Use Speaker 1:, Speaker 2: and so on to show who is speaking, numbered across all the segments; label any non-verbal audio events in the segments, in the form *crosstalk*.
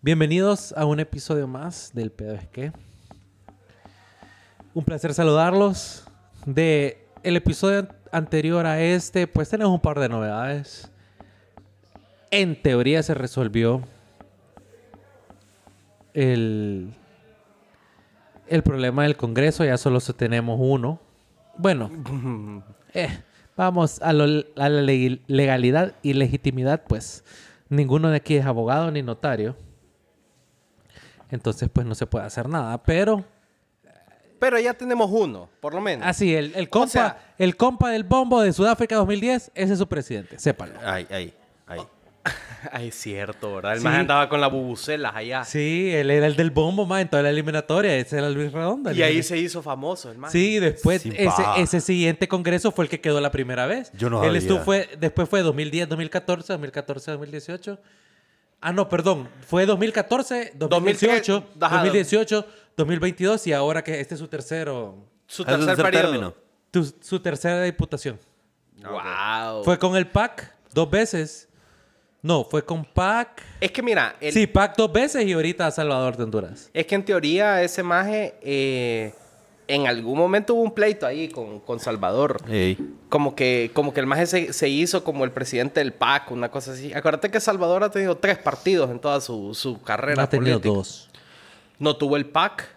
Speaker 1: Bienvenidos a un episodio más del Pedo es que. Un placer saludarlos. De el episodio anterior a este, pues tenemos un par de novedades. En teoría se resolvió el, el problema del Congreso, ya solo tenemos uno. Bueno, eh, vamos a, lo- a la le- legalidad y legitimidad, pues ninguno de aquí es abogado ni notario. Entonces, pues no se puede hacer nada. Pero,
Speaker 2: Pero ya tenemos uno, por lo menos.
Speaker 1: así, el, el compa,
Speaker 2: sea-
Speaker 1: el compa del bombo de Sudáfrica 2010, ese es su presidente, sépalo.
Speaker 2: Ay, ay, ay. Ay, es cierto, ¿verdad? El
Speaker 1: Sí.
Speaker 2: más andaba con las bubucelas allá.
Speaker 1: Sí, él era el del bombo, más en toda la eliminatoria, ese era Luis Redondo. el
Speaker 2: Y ahí
Speaker 1: elimin-
Speaker 2: se hizo famoso el man.
Speaker 1: Sí, después
Speaker 3: Sin
Speaker 1: ese,
Speaker 3: paja.
Speaker 1: ese siguiente congreso fue el que quedó la primera vez.
Speaker 3: Yo no
Speaker 1: Él
Speaker 3: sabía.
Speaker 1: estuvo- fue, después fue 2010, 2014, 2014, 2018. Ah, no, perdón. Fue 2014, 2018,
Speaker 2: 2003, ajá,
Speaker 1: 2018, 2022 y ahora que este es su tercero,
Speaker 2: Su
Speaker 3: Ah, es un
Speaker 2: tercer
Speaker 3: tercer
Speaker 2: periodo.
Speaker 1: tu- su tercera diputación.
Speaker 2: Wow.
Speaker 1: Fue con el PAC dos veces. No, fue con PAC.
Speaker 2: Es que mira, el-
Speaker 1: Sí, PAC dos veces y ahorita a Salvador de Honduras.
Speaker 2: es que en teoría ese maje eh, en algún momento hubo un pleito ahí con, con Salvador.
Speaker 3: Ey.
Speaker 2: Como que, como que el maje se, se hizo como el presidente del PAC, una cosa así. Acuérdate que Salvador ha tenido tres partidos en toda su, su carrera.
Speaker 1: Ha tenido
Speaker 2: política.
Speaker 1: dos.
Speaker 2: No tuvo el PAC.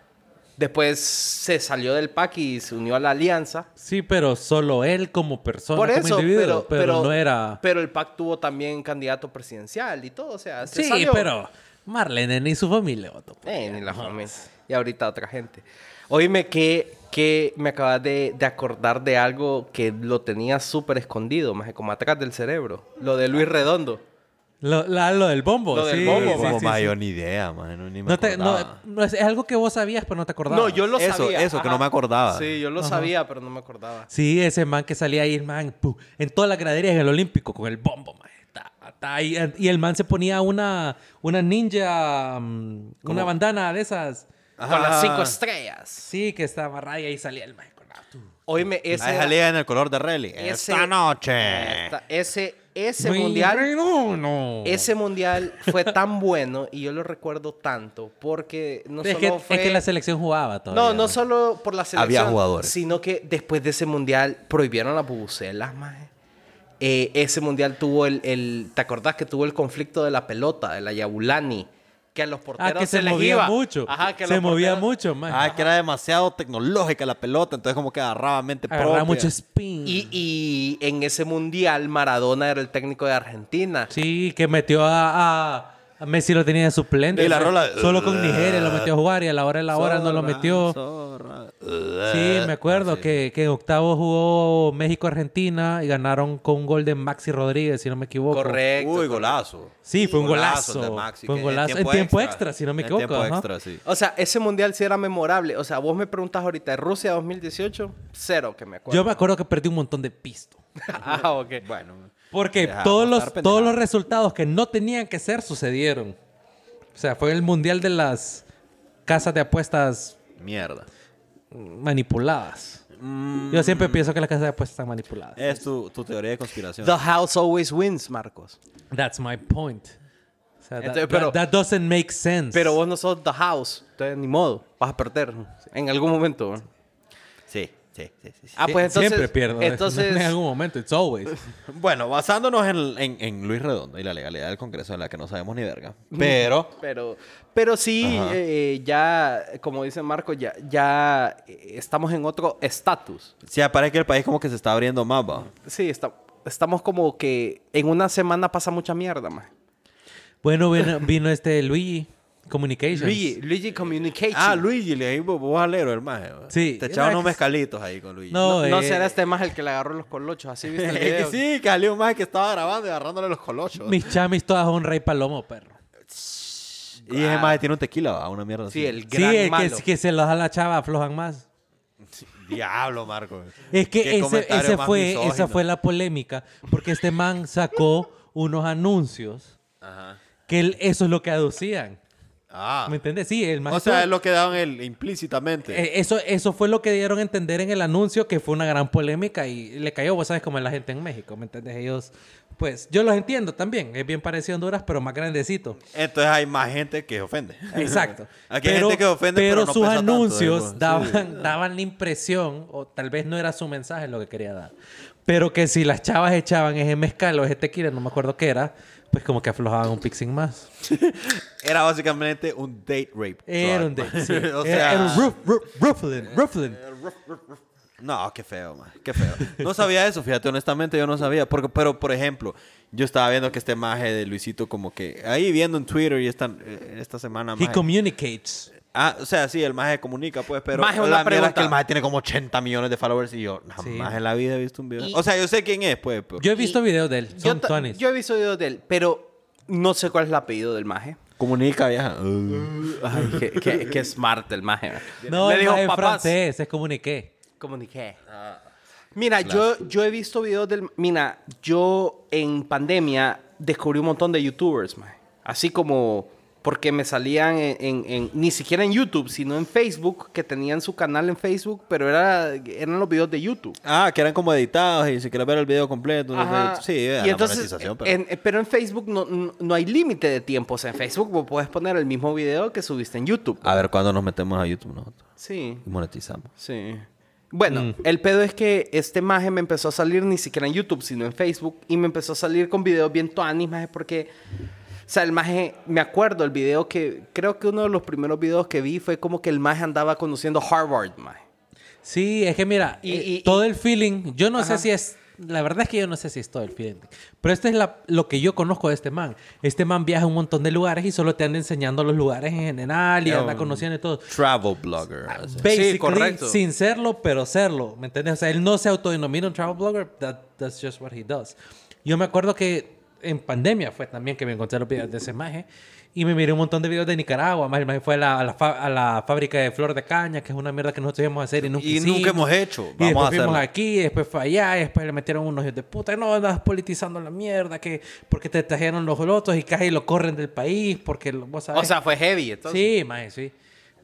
Speaker 2: Después se salió del PAC y se unió a la alianza.
Speaker 1: Sí, pero solo él como persona,
Speaker 2: Por
Speaker 1: como
Speaker 2: eso,
Speaker 1: individuo,
Speaker 2: pero,
Speaker 1: pero, no era.
Speaker 2: Pero el PAC tuvo también candidato presidencial y todo, o sea, se
Speaker 1: Sí,
Speaker 2: salió-
Speaker 1: pero Marlene ni su familia votó. por
Speaker 2: Eh,
Speaker 1: ella.
Speaker 2: ni la familia. Y ahorita otra gente. Oíme que, que me acabas de, de acordar de algo que lo tenía súper escondido, más como atrás del cerebro. Lo de Luis Redondo.
Speaker 1: Lo, la- lo del bombo.
Speaker 2: Lo del
Speaker 1: sí, sí,
Speaker 2: bombo, ma.
Speaker 1: sí,
Speaker 3: Como
Speaker 1: sí.
Speaker 3: mayo, ni idea, man. Ni me
Speaker 1: No te- no,
Speaker 3: acordaba.
Speaker 1: no, es, es algo que vos sabías, pero no te acordabas.
Speaker 2: No, yo lo
Speaker 3: Eso,
Speaker 2: sabía.
Speaker 3: eso, que no me acordaba.
Speaker 2: Sí, yo lo sabía, pero no me acordaba.
Speaker 1: Sí, ese man que salía ahí, el man, pu, en todas las graderías en el Olímpico con el bombo, man. Ta, ta, ahí, eh, y el man se ponía una, una ninja, mm, una bandana de esas.
Speaker 2: Con
Speaker 3: Ajá.
Speaker 2: las cinco estrellas.
Speaker 1: Sí, que estaba raya y ahí salía el man. con la- tu.
Speaker 2: Oíme, ese...
Speaker 3: Ay, jalea en el color de Rally.
Speaker 2: ese-
Speaker 3: Esta noche.
Speaker 2: Esta- ese, ese
Speaker 1: Mi
Speaker 2: mundial...
Speaker 1: reino, no.
Speaker 2: Ese mundial fue tan bueno y yo lo recuerdo tanto porque no
Speaker 1: es, que,
Speaker 2: solo fue...
Speaker 1: es que la selección jugaba todavía.
Speaker 2: no, no
Speaker 1: man.
Speaker 2: solo por la selección,
Speaker 3: jugadores.
Speaker 2: sino que después de ese mundial prohibieron las bubucelas, maje. Eh, ese mundial tuvo el, el- ¿Te acordás que tuvo el conflicto de la pelota, de la Yabulani? Que a los porteros
Speaker 1: Ah, que se,
Speaker 2: les
Speaker 1: movía
Speaker 2: iba.
Speaker 1: mucho.
Speaker 2: Ajá, que a
Speaker 1: se
Speaker 2: los
Speaker 1: movía
Speaker 2: porteros-
Speaker 1: mucho, man.
Speaker 3: Ah, que era demasiado tecnológica la pelota, entonces como que agarraba mente
Speaker 1: Agarraba
Speaker 3: propia.
Speaker 1: mucho spin.
Speaker 2: Y, y en ese mundial Maradona era el técnico de Argentina.
Speaker 1: Sí, que metió a, a- a Messi lo tenía de suplente.
Speaker 3: Y la rola-
Speaker 1: Solo con Nigeria lo metió a jugar y a la hora de la hora no lo
Speaker 3: Zorra,
Speaker 1: metió.
Speaker 3: zorra.
Speaker 2: Ah,
Speaker 1: Sí, me acuerdo
Speaker 3: Así.
Speaker 1: que, que en octavo jugó México-Argentina y ganaron con un gol de Maxi Rodríguez, si no me equivoco.
Speaker 2: Correcto.
Speaker 3: Uy, golazo.
Speaker 1: Sí, fue un
Speaker 3: Golazo
Speaker 1: golazo.
Speaker 3: de Maxi,
Speaker 1: Fue un
Speaker 3: que
Speaker 1: golazo. En tiempo extra, si no me
Speaker 3: En
Speaker 1: equivoco,
Speaker 3: tiempo
Speaker 1: ajá.
Speaker 3: extra, sí.
Speaker 2: O sea, ese mundial sí era memorable. O sea, vos me preguntas ahorita, Rusia 2018, cero que me acuerdo.
Speaker 1: Yo
Speaker 2: *laughs*
Speaker 1: me acuerdo que perdí un montón de pisto.
Speaker 2: ah, ok.
Speaker 3: Bueno.
Speaker 1: Porque
Speaker 3: Deja de
Speaker 1: todos los,
Speaker 3: apostar
Speaker 1: todos los
Speaker 3: pendejadas.
Speaker 1: resultados que no tenían que ser sucedieron. O sea, fue el mundial de las casas de apuestas
Speaker 3: Mierda.
Speaker 1: manipuladas.
Speaker 2: Mm.
Speaker 1: Yo siempre pienso que las casas de apuestas están manipuladas.
Speaker 2: Eh.
Speaker 3: Es tu, tu teoría de conspiración.
Speaker 2: The house always wins, Marcos.
Speaker 1: That's my point. O sea, that-
Speaker 2: Entonces,
Speaker 1: that,
Speaker 2: pero-
Speaker 1: that doesn't make sense.
Speaker 2: Pero vos no sos the house. Entonces, ni modo. Vas a perder. En algún momento. ¿eh?
Speaker 3: Sí, sí, sí, sí, sí.
Speaker 2: Ah,
Speaker 1: Sie-
Speaker 2: pues entonces.
Speaker 1: siempre pierdo. *laughs*
Speaker 2: Entonces.
Speaker 1: en algún momento, it's always.
Speaker 3: Bueno, basándonos en, en- en Luis Redondo y la legalidad del Congreso, de la que no sabemos ni verga.
Speaker 1: *laughs*
Speaker 3: Pero...
Speaker 2: *laughs* Pero, pero sí, eh, ya, como dice Marcos, ya, ya eh, estamos en otro estatus.
Speaker 3: Sí, aparece que el país como que se está abriendo más, va.
Speaker 2: Sí, está- estamos como que en una semana pasa mucha mierda, más.
Speaker 1: Bueno, vino, vino este Luigi Communications.
Speaker 2: Luigi, Luigi Communication.
Speaker 3: Ah, Luigi, le ahí vos vos alero, el maje. va.
Speaker 1: Sí.
Speaker 3: Te echaban
Speaker 1: Era
Speaker 3: unos
Speaker 1: que-
Speaker 3: mezcalitos ahí con Luigi. *laughs*
Speaker 1: No,
Speaker 2: No, no
Speaker 1: eh,
Speaker 2: será este más el que le agarró los colochos, así viste
Speaker 3: Es
Speaker 2: el
Speaker 3: que
Speaker 2: video.
Speaker 3: *laughs* sí, que salió un maje que estaba grabando y agarrándole los colochos.
Speaker 1: Mis chamis todas un rey palomo, perro.
Speaker 3: Y ese maje tiene un tequila, va, una mierda así.
Speaker 2: Sí, el gran
Speaker 1: Sí, el
Speaker 2: malo.
Speaker 1: que, que se los da la chava aflojan más.
Speaker 3: Diablo, Marco.
Speaker 1: Es
Speaker 3: Qué
Speaker 1: que ese,
Speaker 3: comentario
Speaker 1: ese
Speaker 3: más
Speaker 1: fue,
Speaker 3: misógino.
Speaker 1: esa fue la polémica, porque este man sacó unos anuncios
Speaker 3: Ajá.
Speaker 1: que él- eso es lo que aducían.
Speaker 3: Ah.
Speaker 1: ¿Me entiendes? Sí, el más
Speaker 3: O sea,
Speaker 1: actual.
Speaker 3: es lo que daban él implícitamente.
Speaker 1: Eh, Eso, eso fue lo que dieron a entender en el anuncio, que fue una gran polémica y le cayó, vos sabes, como a la gente en México, ¿me entiendes? Ellos, pues, yo los entiendo también, es bien parecido a Honduras, pero más grandecito.
Speaker 3: Entonces hay más gente que ofende.
Speaker 1: *laughs* Exacto.
Speaker 3: *laughs* Aquí hay gente que ofende, pero, no
Speaker 1: sus
Speaker 3: pesa tanto,
Speaker 1: anuncios
Speaker 3: digamos. Sí.
Speaker 1: daban, *laughs* daban la impresión, o tal vez no era su mensaje lo que quería dar, pero que si las chavas echaban ese mezcal o ese tequila, no me acuerdo qué era, pues como que aflojaban un pixing más.
Speaker 3: Era básicamente un date rape.
Speaker 1: Era
Speaker 3: drug,
Speaker 1: un
Speaker 3: man. *laughs*
Speaker 1: de- sí,
Speaker 3: o
Speaker 1: era-
Speaker 3: sea, eh,
Speaker 1: era un ruf- ruf- ruffling, ruffling.
Speaker 3: No, qué feo, man. Qué feo. No sabía eso, fíjate, honestamente yo no sabía. Porque, pero, por ejemplo, yo estaba viendo que este maje de Luisito, como que ahí viendo en Twitter y esta, eh, esta semana.
Speaker 1: He
Speaker 3: maje-
Speaker 1: communicates.
Speaker 3: ah, o sea, sí, el maje comunica, pues, pero.
Speaker 2: Maje, una
Speaker 3: la mierda es
Speaker 2: pregunta.
Speaker 3: que el maje tiene como 80 millones de followers y yo jamás
Speaker 1: Sí.
Speaker 3: en la vida he visto un video. O sea, yo sé quién es, pues. pero-
Speaker 1: Yo he visto videos de él,
Speaker 2: Yo,
Speaker 1: son
Speaker 2: ta-
Speaker 1: tuanis.
Speaker 2: yo he visto videos de él, pero no sé cuál es el apellido del maje.
Speaker 3: Comunica, vieja.
Speaker 1: Mm.
Speaker 2: Ay, qué, qué- qué smart el maje. man.
Speaker 1: No,
Speaker 2: Le
Speaker 1: el
Speaker 2: dijo,
Speaker 1: maje es
Speaker 2: papás,
Speaker 1: francés, es comuniqué.
Speaker 2: comuniqué. Mira, yo, yo he visto videos del... Mira, yo en pandemia descubrí un montón de youtubers, maje. Así como... Porque me salían en, en- en- Ni siquiera en YouTube, sino en Facebook. Que tenían su canal en Facebook, pero era, eran los videos de YouTube.
Speaker 3: Ah, que eran como editados y si quieres ver el video completo. no sé.
Speaker 2: Ajá.
Speaker 3: Sí, era
Speaker 2: y
Speaker 3: la
Speaker 2: entonces,
Speaker 3: monetización,
Speaker 2: en-
Speaker 3: pero.
Speaker 2: en- pero en Facebook no, no- no hay límite de tiempo. O sea, en Facebook vos puedes poner el mismo video que subiste en YouTube.
Speaker 3: A ver cuándo nos metemos a YouTube nosotros
Speaker 2: Sí,
Speaker 3: y monetizamos.
Speaker 2: sí. Bueno,
Speaker 3: Mm.
Speaker 2: el pedo es que este maje me empezó a salir ni siquiera en YouTube, sino en Facebook. Y me empezó a salir con videos bien toanis, maje, porque... O sea, el maje... Me acuerdo el video que... Creo que uno de los primeros videos que vi fue como que el maje andaba conociendo Harvard, maje.
Speaker 1: Sí, es que mira,
Speaker 2: Y-
Speaker 1: eh,
Speaker 2: y- y-
Speaker 1: todo el feeling, yo no
Speaker 2: Ajá.
Speaker 1: sé si es, la verdad es que yo no sé si es todo el feeling, pero este es la- lo que yo conozco de este man. Este man viaja a un montón de lugares y solo te anda enseñando los lugares en general y
Speaker 2: Ya,
Speaker 1: anda
Speaker 2: un-
Speaker 1: conociendo y todo.
Speaker 3: Travel blogger. así.
Speaker 1: Basically,
Speaker 2: correcto.
Speaker 1: sin serlo, pero serlo, ¿me entiendes? O sea, él no se autodenomina un travel blogger, that- that's just what he does. Yo me acuerdo que en pandemia fue también que me encontré los videos de ese maje y me miré un montón de videos de Nicaragua, más el maje fue a la, a la fa- a la fábrica de flor de caña, que es una mierda que nosotros íbamos a hacer y nunca
Speaker 3: Y
Speaker 1: hicimos.
Speaker 3: nunca hemos hecho.
Speaker 1: Y
Speaker 3: Vamos a
Speaker 1: después fuimos
Speaker 3: hacerlo.
Speaker 1: aquí, y después fue allá, y después le metieron unos hijos de puta. No, andas politizando la mierda, que porque te trajeron los lotos y casi lo corren del país, porque lo- vos sabés.
Speaker 2: O sea, fue heavy, entonces.
Speaker 1: sí, mae, sí.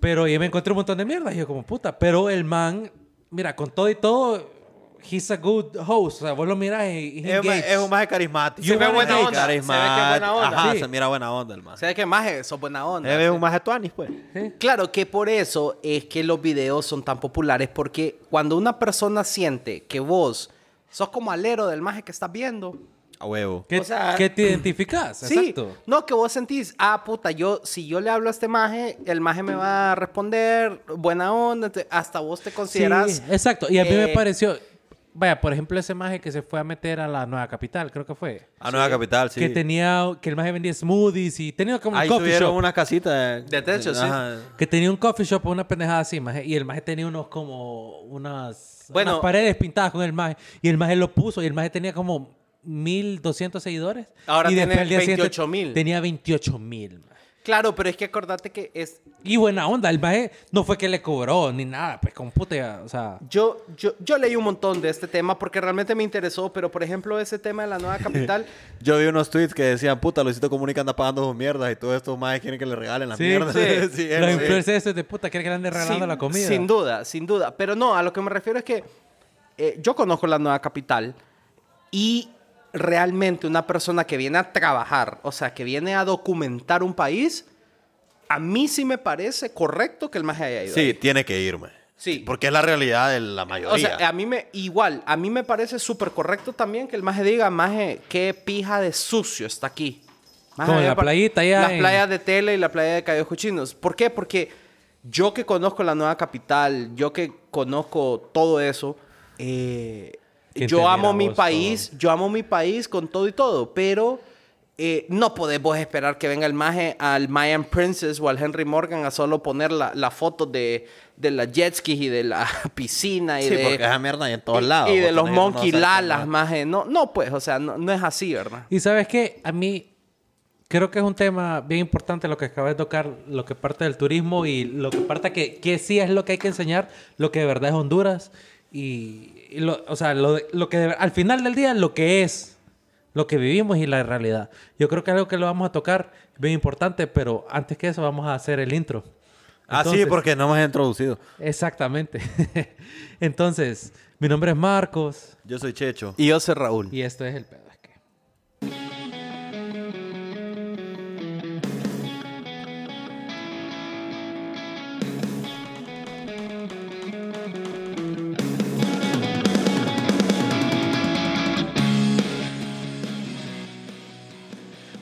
Speaker 1: Pero yo me encontré un montón de mierda, y yo como puta. Pero el man, mira, con todo y todo, he's a good host. O sea, vos lo mirás y. y he
Speaker 3: Es, un ma-
Speaker 1: engages.
Speaker 3: es un maje carismático.
Speaker 1: Se ve
Speaker 3: Es un
Speaker 1: buena
Speaker 3: maje
Speaker 2: onda, se ve que es buena
Speaker 3: carismático.
Speaker 2: onda.
Speaker 3: Ajá,
Speaker 1: Sí.
Speaker 3: se mira buena onda el
Speaker 2: O
Speaker 3: maje.
Speaker 2: sea, que maje, sos buena onda.
Speaker 3: Es un maje tuanis, pues.
Speaker 2: Claro que por eso es que los videos son tan populares, porque cuando una persona siente que vos sos como alero del maje que estás viendo,
Speaker 3: A huevo.
Speaker 1: ¿Qué,
Speaker 2: o sea-
Speaker 1: qué te identificás? Exacto.
Speaker 2: sí, no, que vos sentís, ah, puta, yo, si yo le hablo a este maje, el maje me va a responder, buena onda, te- hasta vos te considerás...
Speaker 1: Sí, exacto. Y a mí me
Speaker 2: eh,
Speaker 1: pareció. Vaya, por ejemplo, ese maje que se fue a meter a la nueva capital, creo que fue.
Speaker 3: A Nueva Capital, sí.
Speaker 1: que tenía que el maje vendía smoothies y tenía como un
Speaker 3: Ahí
Speaker 1: coffee
Speaker 3: tuvieron
Speaker 1: shop
Speaker 3: una casita de,
Speaker 2: De techo, sí.
Speaker 3: Ajá.
Speaker 1: que tenía un coffee shop o una pendejada así maje, y el maje tenía unos como unas,
Speaker 2: Bueno.
Speaker 1: unas paredes pintadas con el maje y el maje lo puso y el maje tenía como 1200 seguidores
Speaker 2: Ahora
Speaker 1: y
Speaker 2: tiene
Speaker 1: después al día siguiente
Speaker 2: 28,000.
Speaker 1: tenía 28 mil
Speaker 2: Claro, pero es que acordate que es...
Speaker 1: y buena onda el maje no fue que le cobró ni nada pues con puta o sea
Speaker 2: Yo, yo, yo leí un montón de este tema porque realmente me interesó, pero por ejemplo ese tema de
Speaker 1: *laughs*
Speaker 2: la nueva capital...
Speaker 3: Yo vi unos tweets que decían, puta, Luisito Comunica anda pagando sus mierdas y todos estos majes quieren que le regalen las
Speaker 1: sí,
Speaker 3: mierdas.
Speaker 1: sí.
Speaker 3: *laughs* Sí,
Speaker 1: *laughs* los
Speaker 3: sí.
Speaker 1: influencers esos de puta quieren que le anden regalando
Speaker 2: sin,
Speaker 1: la comida
Speaker 2: sin duda, sin duda. Pero no, a lo que me refiero es que eh, yo conozco la nueva capital y realmente una persona que viene a trabajar, o sea, que viene a documentar un país, a mí sí me parece correcto que el más haya ido.
Speaker 3: Sí,
Speaker 2: ahí.
Speaker 3: tiene que irme.
Speaker 2: Sí.
Speaker 3: Porque es la realidad de la mayoría.
Speaker 2: O sea, a mí me, igual, a mí me parece súper correcto también que el maje diga, maje, qué pija de sucio está aquí. Maje,
Speaker 1: Como en
Speaker 2: yo
Speaker 1: la
Speaker 2: pa-
Speaker 1: playita allá
Speaker 2: Las
Speaker 1: en-
Speaker 2: playas de Tela y la playa de Cayo Cochinos. ¿Por qué? Porque yo que conozco la nueva capital, yo que conozco todo eso, eh,
Speaker 1: Que
Speaker 2: yo amo
Speaker 1: entendiera
Speaker 2: mi
Speaker 1: vos
Speaker 2: país, yo amo mi país con todo y todo, pero... eh, no podemos esperar que venga el maje al Mayan Princess o al Henry Morgan a solo poner la, la foto de, de las jet skis y de la *laughs* piscina y
Speaker 3: sí,
Speaker 2: de
Speaker 3: porque esa mierda hay en todos
Speaker 2: y-
Speaker 3: lados.
Speaker 2: Y
Speaker 3: vos
Speaker 2: de los
Speaker 3: tenés que
Speaker 2: monkey
Speaker 3: conocer esta
Speaker 2: lalas,
Speaker 3: madre.
Speaker 2: más. No, no, pues, o sea, no, no es así, ¿verdad?
Speaker 1: Y sabes qué, a mí creo que es un tema bien importante lo que acabas de tocar, lo que parte del turismo y lo que parte que, que sí es lo que hay que enseñar, lo que de verdad es Honduras y, y lo, o sea, lo, de- lo que de- al final del día lo que es lo que vivimos y la realidad. Yo creo que algo que lo vamos a tocar es bien importante, pero antes que eso vamos a hacer el intro.
Speaker 3: Ah, sí,
Speaker 1: Entonces-
Speaker 3: porque no me has introducido.
Speaker 1: Exactamente. *laughs* Entonces, mi nombre es Marcos
Speaker 3: Yo soy Checho.
Speaker 2: Y yo soy Raúl.
Speaker 1: y esto es el pedo. Es que-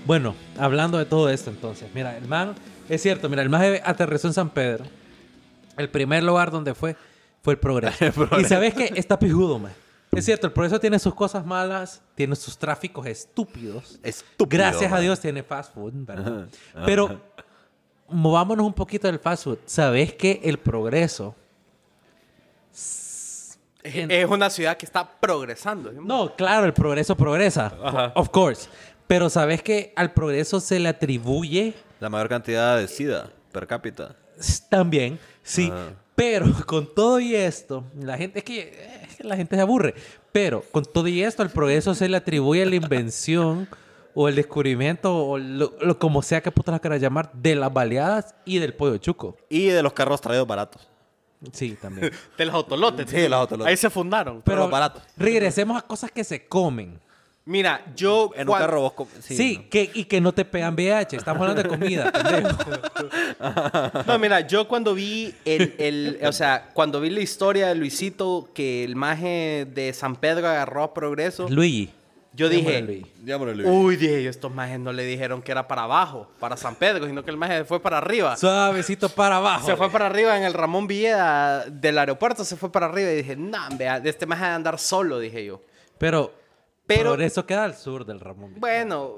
Speaker 1: Bueno, hablando de todo esto entonces, mira, el man, es cierto, mira, el man aterrizó en San Pedro. El primer lugar donde fue fue *laughs* el progreso. Y sabes que está pijudo, man. Es cierto, el progreso tiene sus cosas malas, tiene sus tráficos estúpidos.
Speaker 3: Estúpido,
Speaker 1: Gracias a
Speaker 3: man.
Speaker 1: Dios tiene fast food, ¿verdad? Pero movámonos un poquito del fast food. Sabes que el progreso en-
Speaker 2: Es una ciudad que está progresando.
Speaker 1: No, claro, el progreso progresa. Of course. Pero sabes que al progreso se le atribuye
Speaker 3: La mayor cantidad de SIDA per cápita.
Speaker 1: s- también, sí.
Speaker 3: Ah.
Speaker 1: Pero *laughs* con todo y esto, la gente es que, eh, es que la gente se aburre. Pero con todo y esto, al progreso se le atribuye la invención o el descubrimiento o lo, lo- como sea que putas las quieras llamar de las baleadas y del pollo chuco.
Speaker 3: Y de los carros traídos baratos.
Speaker 1: Sí, también.
Speaker 2: De los autolotes.
Speaker 3: Sí, los autolotes.
Speaker 2: Ahí se fundaron.
Speaker 3: Pero barato.
Speaker 1: regresemos a cosas que se comen.
Speaker 2: Mira, yo...
Speaker 3: En un
Speaker 2: cuan-
Speaker 3: carro vos... com-
Speaker 1: Sí,
Speaker 3: ¿no?
Speaker 1: que, y que no te pegan VH. Estamos hablando de comida. pendejo.
Speaker 2: No, mira, yo cuando vi el, el- o sea, cuando vi la historia de Luisito que el maje de San Pedro agarró a Progreso,
Speaker 1: Luigi.
Speaker 2: yo
Speaker 1: Llamémosle
Speaker 2: dije,
Speaker 1: Luigi.
Speaker 3: Llámalo, Luis.
Speaker 2: uy, dije yo, estos majes no le dijeron que era para abajo, para San Pedro, sino que el maje fue para arriba.
Speaker 1: Suavecito para abajo.
Speaker 2: Se fue para arriba en el Ramón Villeda del aeropuerto, se fue para arriba y dije, no, vea, este maje ha de andar solo, dije yo.
Speaker 1: Pero,
Speaker 2: Pero-
Speaker 1: pero eso queda al sur del Ramón. Villa.
Speaker 2: Bueno,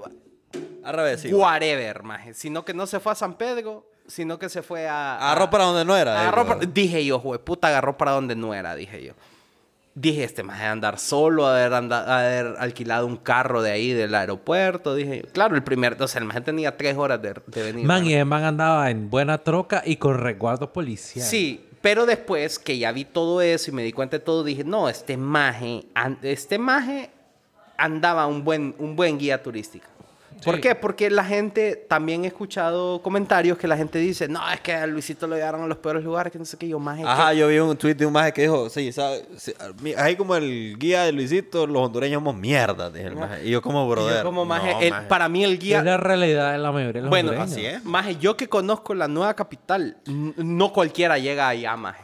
Speaker 3: Al revés, sí.
Speaker 2: whatever, maje, sino que no se fue a San Pedro, sino que se fue a...
Speaker 3: Agarró para donde no era.
Speaker 2: Agarró
Speaker 3: eh,
Speaker 2: para- Dije yo, jue puta, agarró para donde no era, dije yo. Dije, este más de andar solo, haber, anda- haber alquilado un carro de ahí del aeropuerto, dije yo. Claro, el primer, o sea, el más tenía tres horas de, de venir.
Speaker 1: Man, y el man andaba en buena troca y con resguardo policial.
Speaker 2: Sí, pero después que ya vi todo eso y me di cuenta de todo, dije, no, este maje, an- este maje andaba un buen, un buen guía turístico. ¿Por
Speaker 1: Sí.
Speaker 2: qué? Porque la gente, también he escuchado comentarios que la gente dice, no, es que a Luisito lo llevaron a los peores lugares, que no sé qué, yo maje.
Speaker 3: Ajá,
Speaker 2: ¿qué?
Speaker 3: yo vi un tweet de un maje que dijo, sí, sabe, sí, a mí- ahí como el guía de Luisito, los hondureños somos mierda, dije el maje. Y yo como
Speaker 2: Y yo
Speaker 3: brother.
Speaker 2: como
Speaker 3: no,
Speaker 2: maje, el-
Speaker 3: maje.
Speaker 2: para mí el guía...
Speaker 1: Es la realidad de la mayoría de los
Speaker 2: Bueno,
Speaker 1: hondureños.
Speaker 3: así es.
Speaker 2: Maje, yo que conozco la nueva capital, n- no cualquiera llega allá, maje.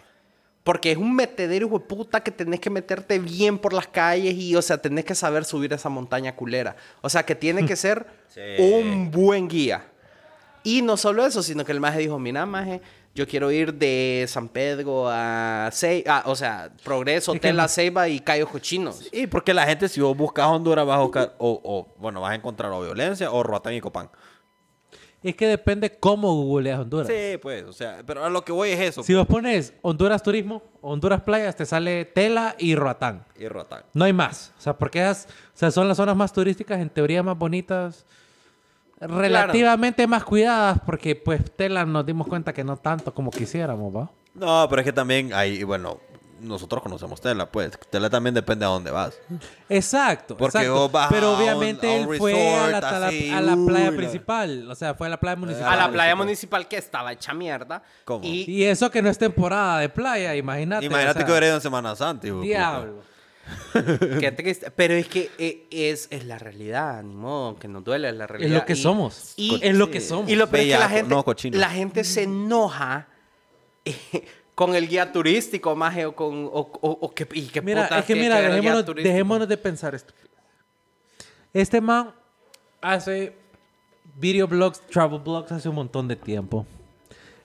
Speaker 2: Porque es un metedero, hijo de puta, que tenés que meterte bien por las calles y, o sea, tenés que saber subir esa montaña culera. O sea, que
Speaker 1: *laughs*
Speaker 2: tiene que ser
Speaker 3: Sí.
Speaker 2: un buen guía. Y no solo eso, sino que el maje dijo, mira, maje, yo quiero ir de San Pedro a Ceiba, o sea, Progreso,
Speaker 1: Es que-
Speaker 2: Tela, Ceiba y Cayo Cochinos.
Speaker 3: Y porque la gente, si vos buscas Honduras, vas a buscar, o, o, bueno, vas a encontrar o violencia o Roatán y Copán.
Speaker 1: Es que depende cómo googleas Honduras.
Speaker 3: Sí, pues, o sea, pero a lo que voy es eso.
Speaker 1: Si vos pones Honduras turismo, Honduras playas, te sale Tela y Roatán.
Speaker 3: pues, Y Roatán.
Speaker 1: No hay más. O sea, porque esas o sea, son las zonas más turísticas, en teoría más bonitas, relativamente más cuidadas, porque pues Tela nos dimos cuenta que no tanto como quisiéramos, ¿va?
Speaker 3: No, pero es que también hay, bueno, nosotros conocemos Tela, pues. Tela también depende a dónde vas.
Speaker 1: Exacto.
Speaker 3: Porque
Speaker 1: exacto.
Speaker 3: vos vas a
Speaker 1: Pero
Speaker 3: un-
Speaker 1: obviamente
Speaker 3: a un
Speaker 1: él fue a la,
Speaker 3: resort,
Speaker 1: a la-
Speaker 3: así,
Speaker 1: a la playa
Speaker 3: uy, la-
Speaker 1: principal. O sea, fue a la playa municipal.
Speaker 2: A la
Speaker 3: Ah,
Speaker 2: playa
Speaker 3: sí, pues.
Speaker 2: municipal que estaba hecha mierda.
Speaker 3: ¿Cómo?
Speaker 2: Y,
Speaker 1: Y eso que no es temporada de playa, imagínate.
Speaker 3: Imagínate
Speaker 1: o sea,
Speaker 3: que hubiera ido en Semana Santa. hijo de puta.
Speaker 1: Diablo. *laughs*
Speaker 2: Qué triste. Pero es que eh, es, es la realidad, ni modo, aunque nos duele, es la realidad.
Speaker 1: lo que
Speaker 2: Y-
Speaker 1: somos.
Speaker 2: y-
Speaker 1: Es lo que somos.
Speaker 2: Y lo peor es que la
Speaker 3: Bellaco,
Speaker 2: gente,
Speaker 3: no, cochino.
Speaker 2: la gente se enoja eh, con el guía turístico, más eh, o con. O, o- o que, y que
Speaker 1: Mira, es que mira, dejémonos, dejémonos de pensar esto. Este man hace video blogs, travel blogs hace un montón de tiempo.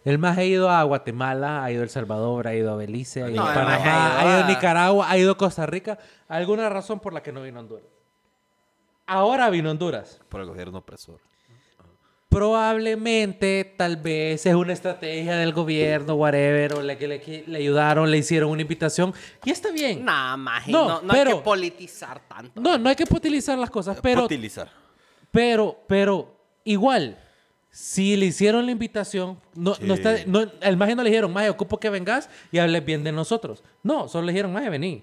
Speaker 1: El más ha ido a Guatemala, ha ido a El Salvador, ha ido a Belice, ha ido
Speaker 2: No,
Speaker 1: a
Speaker 2: el maje ha
Speaker 1: Panamá, ha
Speaker 2: ido
Speaker 1: ido
Speaker 2: a-
Speaker 1: a Nicaragua, ha ido a Costa Rica. Alguna razón por la que no vino a Honduras. Ahora vino a Honduras.
Speaker 3: Por el gobierno opresor.
Speaker 1: Probablemente, tal vez, es una estrategia del gobierno, whatever, o le, que le, que le ayudaron, le hicieron una invitación. Y está bien.
Speaker 2: Nada más, no,
Speaker 1: No,
Speaker 2: no, hay
Speaker 1: pero-
Speaker 2: que politizar tanto.
Speaker 1: No, no hay que utilizar las
Speaker 3: Eh,
Speaker 1: cosas, pero,
Speaker 3: Utilizar.
Speaker 1: pero, pero, igual, si le hicieron la invitación, no, no
Speaker 3: Sí.
Speaker 1: está, no, al maje no le dijeron, maje, ocupo que vengas y hables bien de nosotros. No, solo le dijeron, maje, vení.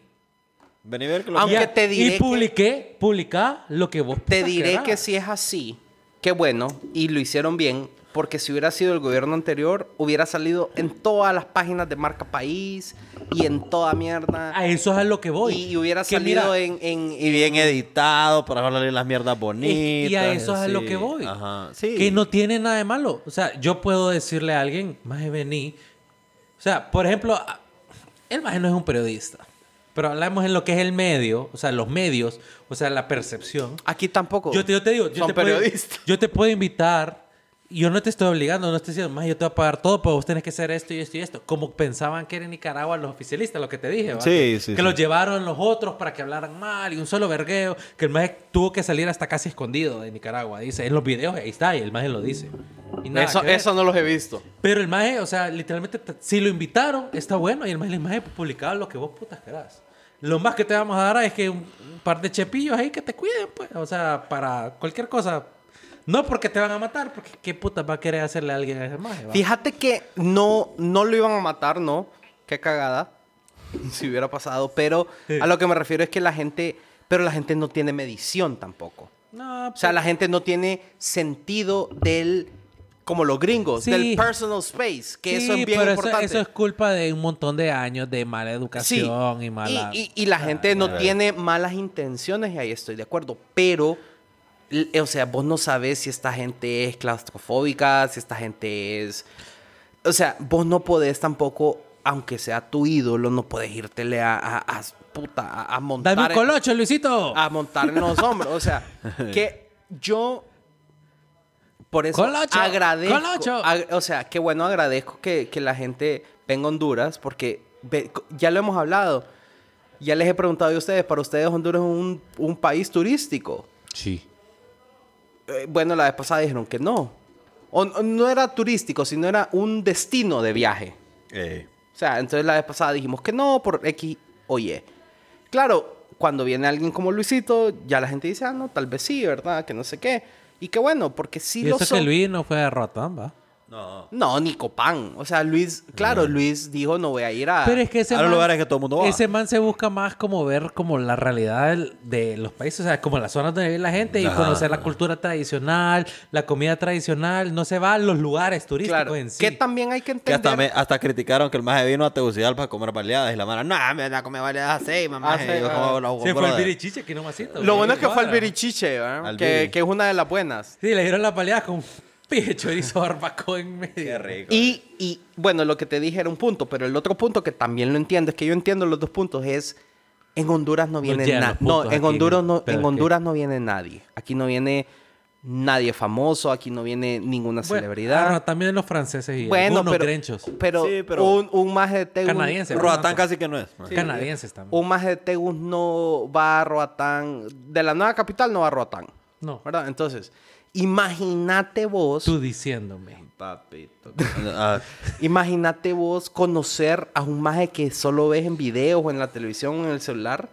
Speaker 3: Vení a ver que lo
Speaker 2: Aunque
Speaker 3: que-
Speaker 1: Ah, Ya,
Speaker 2: te diré
Speaker 1: y publiqué, publicá lo que vos
Speaker 2: Te
Speaker 1: pensás
Speaker 2: diré
Speaker 1: era.
Speaker 2: que si es así, qué bueno, y lo hicieron bien, porque si hubiera sido el gobierno anterior, hubiera salido en todas las páginas de Marca País y en toda mierda.
Speaker 1: A eso es a lo que voy.
Speaker 2: Y hubiera
Speaker 1: Que
Speaker 2: salido
Speaker 1: mira,
Speaker 2: en, en-
Speaker 3: Y bien editado para hablarle las mierdas bonitas.
Speaker 1: Y, y a eso es a lo que
Speaker 3: sí.
Speaker 1: voy.
Speaker 3: Ajá. Sí.
Speaker 1: Que no tiene nada de malo. O sea, yo puedo decirle a alguien, Maje, vení. O sea, por ejemplo, a- el Maje no es un periodista. Pero hablamos en lo que es el medio, o sea, los medios, o sea, la percepción.
Speaker 2: Aquí tampoco.
Speaker 1: Yo te, yo te digo, yo
Speaker 2: Son
Speaker 1: te, puedo,
Speaker 2: periodistas.
Speaker 1: yo te puedo invitar. y Yo no te estoy obligando, no estoy diciendo, más yo te voy a pagar todo, pero vos tenés que hacer esto y esto y esto. Como pensaban que era en Nicaragua los oficialistas, lo que te dije, ¿va?
Speaker 3: Sí,
Speaker 1: que,
Speaker 3: sí,
Speaker 1: que
Speaker 3: sí.
Speaker 1: los llevaron los otros para que hablaran mal y un solo vergueo, que el maje tuvo que salir hasta casi escondido de Nicaragua. Dice, en los videos, ahí está, y el maje lo dice. Y nada
Speaker 2: eso,
Speaker 1: que ver.
Speaker 2: eso no los he visto.
Speaker 1: Pero el maje, o sea, literalmente, t- si lo invitaron, está bueno. Y el maje, el maje publicaba lo que vos putas querás. Lo más que te vamos a dar es que un un par de chepillos ahí que te cuiden, pues. O sea, para cualquier cosa. No porque te van a matar, porque qué putas va a querer hacerle a alguien a ese maje, va?
Speaker 2: Fíjate que no, no lo iban a matar, ¿no? Qué cagada. Si hubiera pasado. Pero a lo que me refiero es que la gente. Pero la gente no tiene medición tampoco.
Speaker 1: No,
Speaker 2: O sea,
Speaker 1: pues,
Speaker 2: la gente no tiene sentido del. Como los gringos,
Speaker 1: Sí.
Speaker 2: del personal space. Que eso
Speaker 1: sí,
Speaker 2: es bien
Speaker 1: pero
Speaker 2: importante.
Speaker 1: Eso, es culpa de un montón de años de mala
Speaker 2: Sí.
Speaker 1: educación y mala... Ah,
Speaker 2: y, y la gente no tiene malas intenciones, y ahí estoy de acuerdo. Pero, l- o sea, vos no sabes si esta gente es claustrofóbica, si esta gente es. O sea, vos no podés tampoco, aunque sea tu ídolo, no podés irtele a, a, a- puta, a, a montar.
Speaker 1: ¡Dame un
Speaker 2: en-
Speaker 1: colocho, Luisito!
Speaker 2: a montar en los hombros. O sea, que yo. Por eso
Speaker 1: Colocho,
Speaker 2: agradezco.
Speaker 1: colocho.
Speaker 2: ag- o sea, qué bueno agradezco que, que la gente venga a Honduras, porque ve- co- ya lo hemos hablado. Ya les he preguntado a ustedes, para ustedes Honduras es un, un país turístico.
Speaker 1: Sí.
Speaker 2: Eh, bueno, la vez pasada dijeron que no. O- o no era turístico, sino era un destino de viaje.
Speaker 3: Eh,
Speaker 2: O sea, entonces la vez pasada dijimos que no por X o Y. Claro, cuando viene alguien como Luisito, ya la gente dice, ah, no, tal vez sí, ¿verdad? Que no sé qué. Y que bueno, porque sí
Speaker 1: Y
Speaker 2: lo
Speaker 1: eso que
Speaker 2: son.
Speaker 1: Luis no fue a Roatán, ¿va?
Speaker 3: no.
Speaker 2: No, ni Copán. O sea, Luis, claro, Luis dijo, no voy a ir a...
Speaker 1: Ah. Pero es que ese
Speaker 3: A los
Speaker 1: man,
Speaker 3: lugares que todo el mundo va.
Speaker 1: Ese man se busca más como ver como la realidad del- de los países, o sea, como las zonas donde vive la gente y
Speaker 3: Ajá.
Speaker 1: conocer la cultura tradicional, la comida tradicional, no se va a los lugares turísticos
Speaker 2: claro,
Speaker 1: en sí.
Speaker 2: que también hay que
Speaker 3: Que
Speaker 2: entender...
Speaker 3: hasta, me- hasta criticaron que el maje vino a Tegucigalpa a comer baleadas y la mara, no, me van a comer baleadas así, mamá.
Speaker 2: Ah, sí,
Speaker 3: Y yo,
Speaker 2: ah.
Speaker 3: "Cómo la hago,
Speaker 1: se fue al
Speaker 3: brother?"
Speaker 1: Virichiche, aquí nomásito.
Speaker 2: Lo bueno es que
Speaker 1: Ahora.
Speaker 2: fue al Birichiche, ¿verdad?
Speaker 3: Al
Speaker 2: que,
Speaker 3: Biri.
Speaker 2: que es una de las buenas.
Speaker 1: Sí, le dieron la paleada con *laughs* un pinche chorizo barbacoa en medio.
Speaker 3: Qué rico.
Speaker 2: Y, y, bueno, lo que te dije era un punto, pero el otro punto que también lo entiendo, es que yo entiendo los dos puntos, es en Honduras no viene
Speaker 1: llegan
Speaker 2: nadie.
Speaker 1: los
Speaker 2: No,
Speaker 1: puntos
Speaker 2: en
Speaker 1: aquí,
Speaker 2: Honduras
Speaker 1: ¿no?
Speaker 2: no,
Speaker 1: Pero es
Speaker 2: en
Speaker 1: que-
Speaker 2: Honduras no viene nadie. Aquí no viene nadie famoso, aquí no viene ninguna
Speaker 1: Bueno,
Speaker 2: celebridad.
Speaker 1: ah, no, también los franceses y
Speaker 2: bueno,
Speaker 1: algunos
Speaker 2: pero,
Speaker 1: grenchos.
Speaker 2: pero,
Speaker 3: Sí, pero-
Speaker 2: un, un maje de Tegus.
Speaker 1: Canadiense.
Speaker 3: Roatán casi que no es. maje.
Speaker 1: Canadienses
Speaker 3: eh,
Speaker 1: también.
Speaker 2: Un maje de Tegus no va a Roatán. De la nueva capital no va a Roatán.
Speaker 1: No.
Speaker 2: ¿Verdad? Entonces, imagínate vos.
Speaker 1: Tú diciéndome.
Speaker 3: Papito. *laughs* Ah,
Speaker 2: Imagínate vos conocer a un maje que solo ves en videos o en la televisión o en el celular.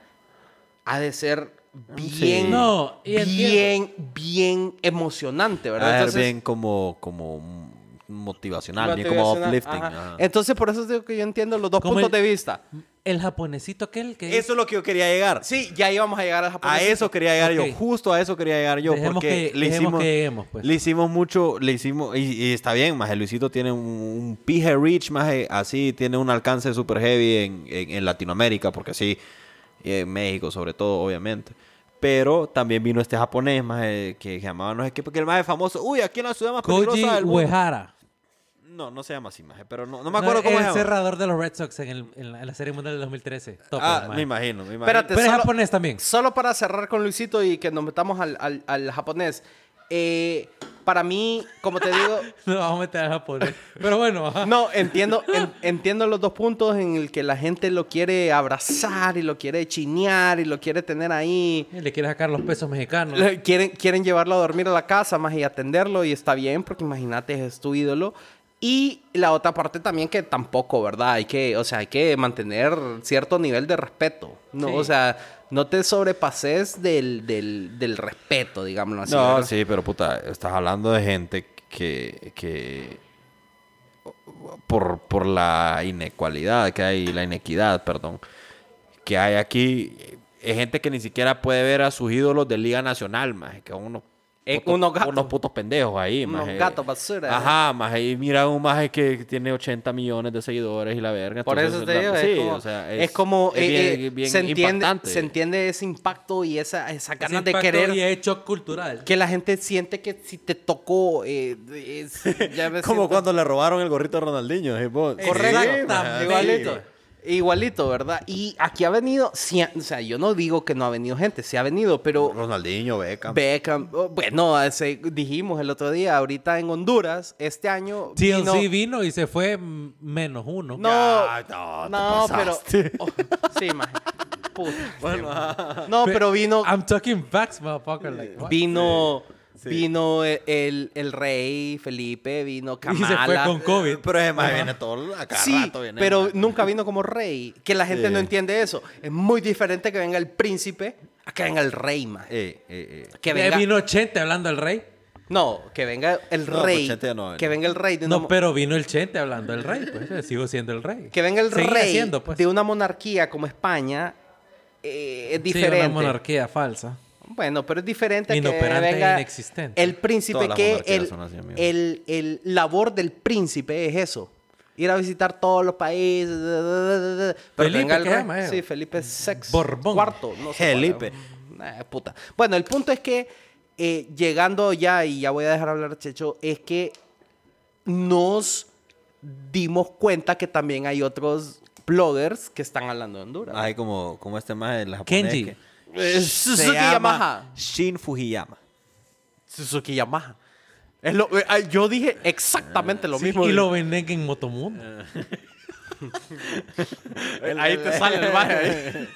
Speaker 2: Ha de ser bien,
Speaker 1: No, y
Speaker 2: bien, bien emocionante, ¿verdad?
Speaker 3: ha de ser bien como, como motivacional, bien como
Speaker 2: motivacional,
Speaker 3: uplifting.
Speaker 2: ajá.
Speaker 3: ajá.
Speaker 2: Entonces, por eso digo que yo entiendo los dos
Speaker 1: Como
Speaker 2: puntos
Speaker 1: el-
Speaker 2: de vista.
Speaker 1: El japonesito aquel que...
Speaker 3: Eso es lo que yo quería llegar.
Speaker 2: Sí, ya íbamos a llegar al japonés.
Speaker 3: A eso quería llegar
Speaker 1: Ok.
Speaker 3: yo, justo a eso quería llegar yo,
Speaker 1: Dejemos
Speaker 3: porque
Speaker 1: que-
Speaker 3: le
Speaker 1: dejemos
Speaker 3: hicimos,
Speaker 1: que lleguemos, pues.
Speaker 3: le hicimos mucho, le hicimos, y, y está bien, más el Luisito tiene un, un pije reach, más eh, así, tiene un alcance super heavy en, en- en Latinoamérica, porque así, y en México sobre todo, obviamente. Pero también vino este japonés, más que se llamaba, no sé qué, porque el más famoso, uy, aquí en la ciudad más
Speaker 1: Koji
Speaker 3: peligrosa del mundo.
Speaker 1: Uehara.
Speaker 3: No, no se llama así, maje, pero no, no me
Speaker 1: No,
Speaker 3: acuerdo cómo se
Speaker 1: el
Speaker 3: llama.
Speaker 1: cerrador de los Red Sox en, el- en la, en la Serie Mundial del 2013. Topo,
Speaker 3: Ah,
Speaker 1: man.
Speaker 3: me imagino, me imagino.
Speaker 2: Espérate,
Speaker 1: Pero es
Speaker 2: solo-
Speaker 1: japonés también. *laughs*
Speaker 2: Solo para cerrar con Luisito y que nos metamos al, al- al japonés. Eh, para mí, como te digo,
Speaker 1: No vamos a meter a japonés. Pero bueno, ajá.
Speaker 2: *laughs* No, entiendo, en- entiendo los dos puntos en el que la gente lo quiere abrazar y lo quiere chinear y lo quiere tener ahí.
Speaker 1: le quiere sacar los pesos mexicanos.
Speaker 2: Le- Quieren, quieren llevarlo a dormir a la casa más y atenderlo y está bien porque imagínate es tu ídolo. Y la otra parte también que tampoco, ¿verdad? Hay que, o sea, hay que mantener cierto nivel de respeto. No,
Speaker 1: Sí.
Speaker 2: o sea, no te sobrepases del, del, del respeto, digámoslo así.
Speaker 3: No,
Speaker 2: ¿verdad?
Speaker 3: sí, pero puta, estás hablando de gente que, que por, por la inequalidad que hay, la inequidad, perdón, que hay aquí. eh, Es gente que ni siquiera puede ver a sus ídolos de Liga Nacional, más que son unos,
Speaker 2: Eh,
Speaker 3: putos-
Speaker 2: unos gatos.
Speaker 3: unos putos pendejos ahí.
Speaker 2: Unos
Speaker 3: maje.
Speaker 2: gatos basura. eh.
Speaker 3: Ajá, más ahí mira un maje que tiene 80 millones de seguidores y la verga.
Speaker 2: Por eso te
Speaker 3: entonces, la-
Speaker 2: digo,
Speaker 3: sí,
Speaker 2: es como,
Speaker 3: o sea,
Speaker 2: es como,
Speaker 3: es
Speaker 2: eh,
Speaker 3: bien-
Speaker 2: eh,
Speaker 3: bien
Speaker 2: se, entiende,
Speaker 3: impactante.
Speaker 2: se entiende ese impacto y esa, esa
Speaker 1: Ese
Speaker 2: ganas de
Speaker 1: impacto
Speaker 2: querer
Speaker 1: Y es shock cultural.
Speaker 2: que la gente siente que si te tocó eh, es- ya me
Speaker 3: *laughs* Como
Speaker 2: Pues siento- Eh,
Speaker 3: cuando le robaron el gorrito a Ronaldinho. ¿sí, vos? Sí,
Speaker 2: correcto
Speaker 3: maje,
Speaker 2: igualito
Speaker 3: sí.
Speaker 2: igualito verdad y aquí ha venido sí, o sea yo no digo que no ha venido gente sí ha venido pero
Speaker 3: Ronaldinho, Beckham.
Speaker 2: Beckham, oh, bueno, ese- dijimos el otro día, ahorita en Honduras, este año. vino-
Speaker 1: TLC vino y se fue mm, menos uno.
Speaker 2: No,
Speaker 3: Ya, no, te
Speaker 2: no, pero.
Speaker 3: pasaste.
Speaker 2: *laughs* oh, sí, maje. Puta. no,
Speaker 1: Pe- Ah,
Speaker 2: pero vino.
Speaker 1: I'm talking facts, motherfucker. Like, what?
Speaker 2: Vino. Vino el, el- el rey Felipe, vino
Speaker 1: *laughs* Y
Speaker 2: Kamala.
Speaker 1: se
Speaker 2: eh,
Speaker 1: fue con COVID.
Speaker 3: Pero ese maje viene todo a cada
Speaker 2: Sí,
Speaker 3: rato viene,
Speaker 2: pero
Speaker 3: maje.
Speaker 2: nunca vino como rey. Que la gente
Speaker 3: Sí.
Speaker 2: no entiende eso. Es muy diferente que venga el príncipe a que venga el rey, maje.
Speaker 3: Eh, eh, eh.
Speaker 2: Que
Speaker 1: Eh,
Speaker 2: venga,
Speaker 1: Vino 80 hablando el rey.
Speaker 2: No, que venga el
Speaker 3: No,
Speaker 2: rey.
Speaker 3: pues, gente, no,
Speaker 2: que
Speaker 3: no.
Speaker 2: venga el rey de una
Speaker 1: No,
Speaker 2: mo-
Speaker 1: pero vino el Chente hablando del rey, pues eh, sigo siendo el rey.
Speaker 2: Que venga el
Speaker 1: Seguía
Speaker 2: rey
Speaker 1: siendo, pues.
Speaker 2: de una monarquía como España eh, es
Speaker 1: Sí,
Speaker 2: diferente.
Speaker 1: una monarquía falsa.
Speaker 2: Bueno, pero es diferente que
Speaker 1: Inoperante e
Speaker 2: venga
Speaker 1: inexistente.
Speaker 2: el príncipe
Speaker 3: Todas las
Speaker 2: que
Speaker 3: monarquías
Speaker 2: el,
Speaker 3: son así, amigo.
Speaker 2: el, el labor del príncipe es eso. Ir a visitar todos los países. da, da, da, da, da. Pero
Speaker 1: Felipe,
Speaker 2: venga el
Speaker 1: ¿qué
Speaker 2: rey-
Speaker 1: llama, eh?
Speaker 2: Sí, Felipe VI.
Speaker 1: Borbón.
Speaker 2: Cuarto. No sé cuál,
Speaker 3: Felipe.
Speaker 2: eh, nah, puta. Bueno, el punto es que eh, llegando ya, y ya voy a dejar hablar a Checho, es que nos dimos cuenta que también hay otros bloggers que están hablando de Honduras.
Speaker 3: Maje, como, como este maje, el japonés.
Speaker 1: Kenji.
Speaker 3: que-
Speaker 2: Suzuki
Speaker 3: Se llama
Speaker 2: Yamaha.
Speaker 3: Shin Fujiyama.
Speaker 2: Suzuki Yamaha. Es lo- eh, ah, yo dije exactamente lo
Speaker 1: Sí,
Speaker 2: mismo. *laughs*
Speaker 1: y lo venden en Motomundo.
Speaker 2: ahí te sale
Speaker 1: *laughs*
Speaker 2: el baje.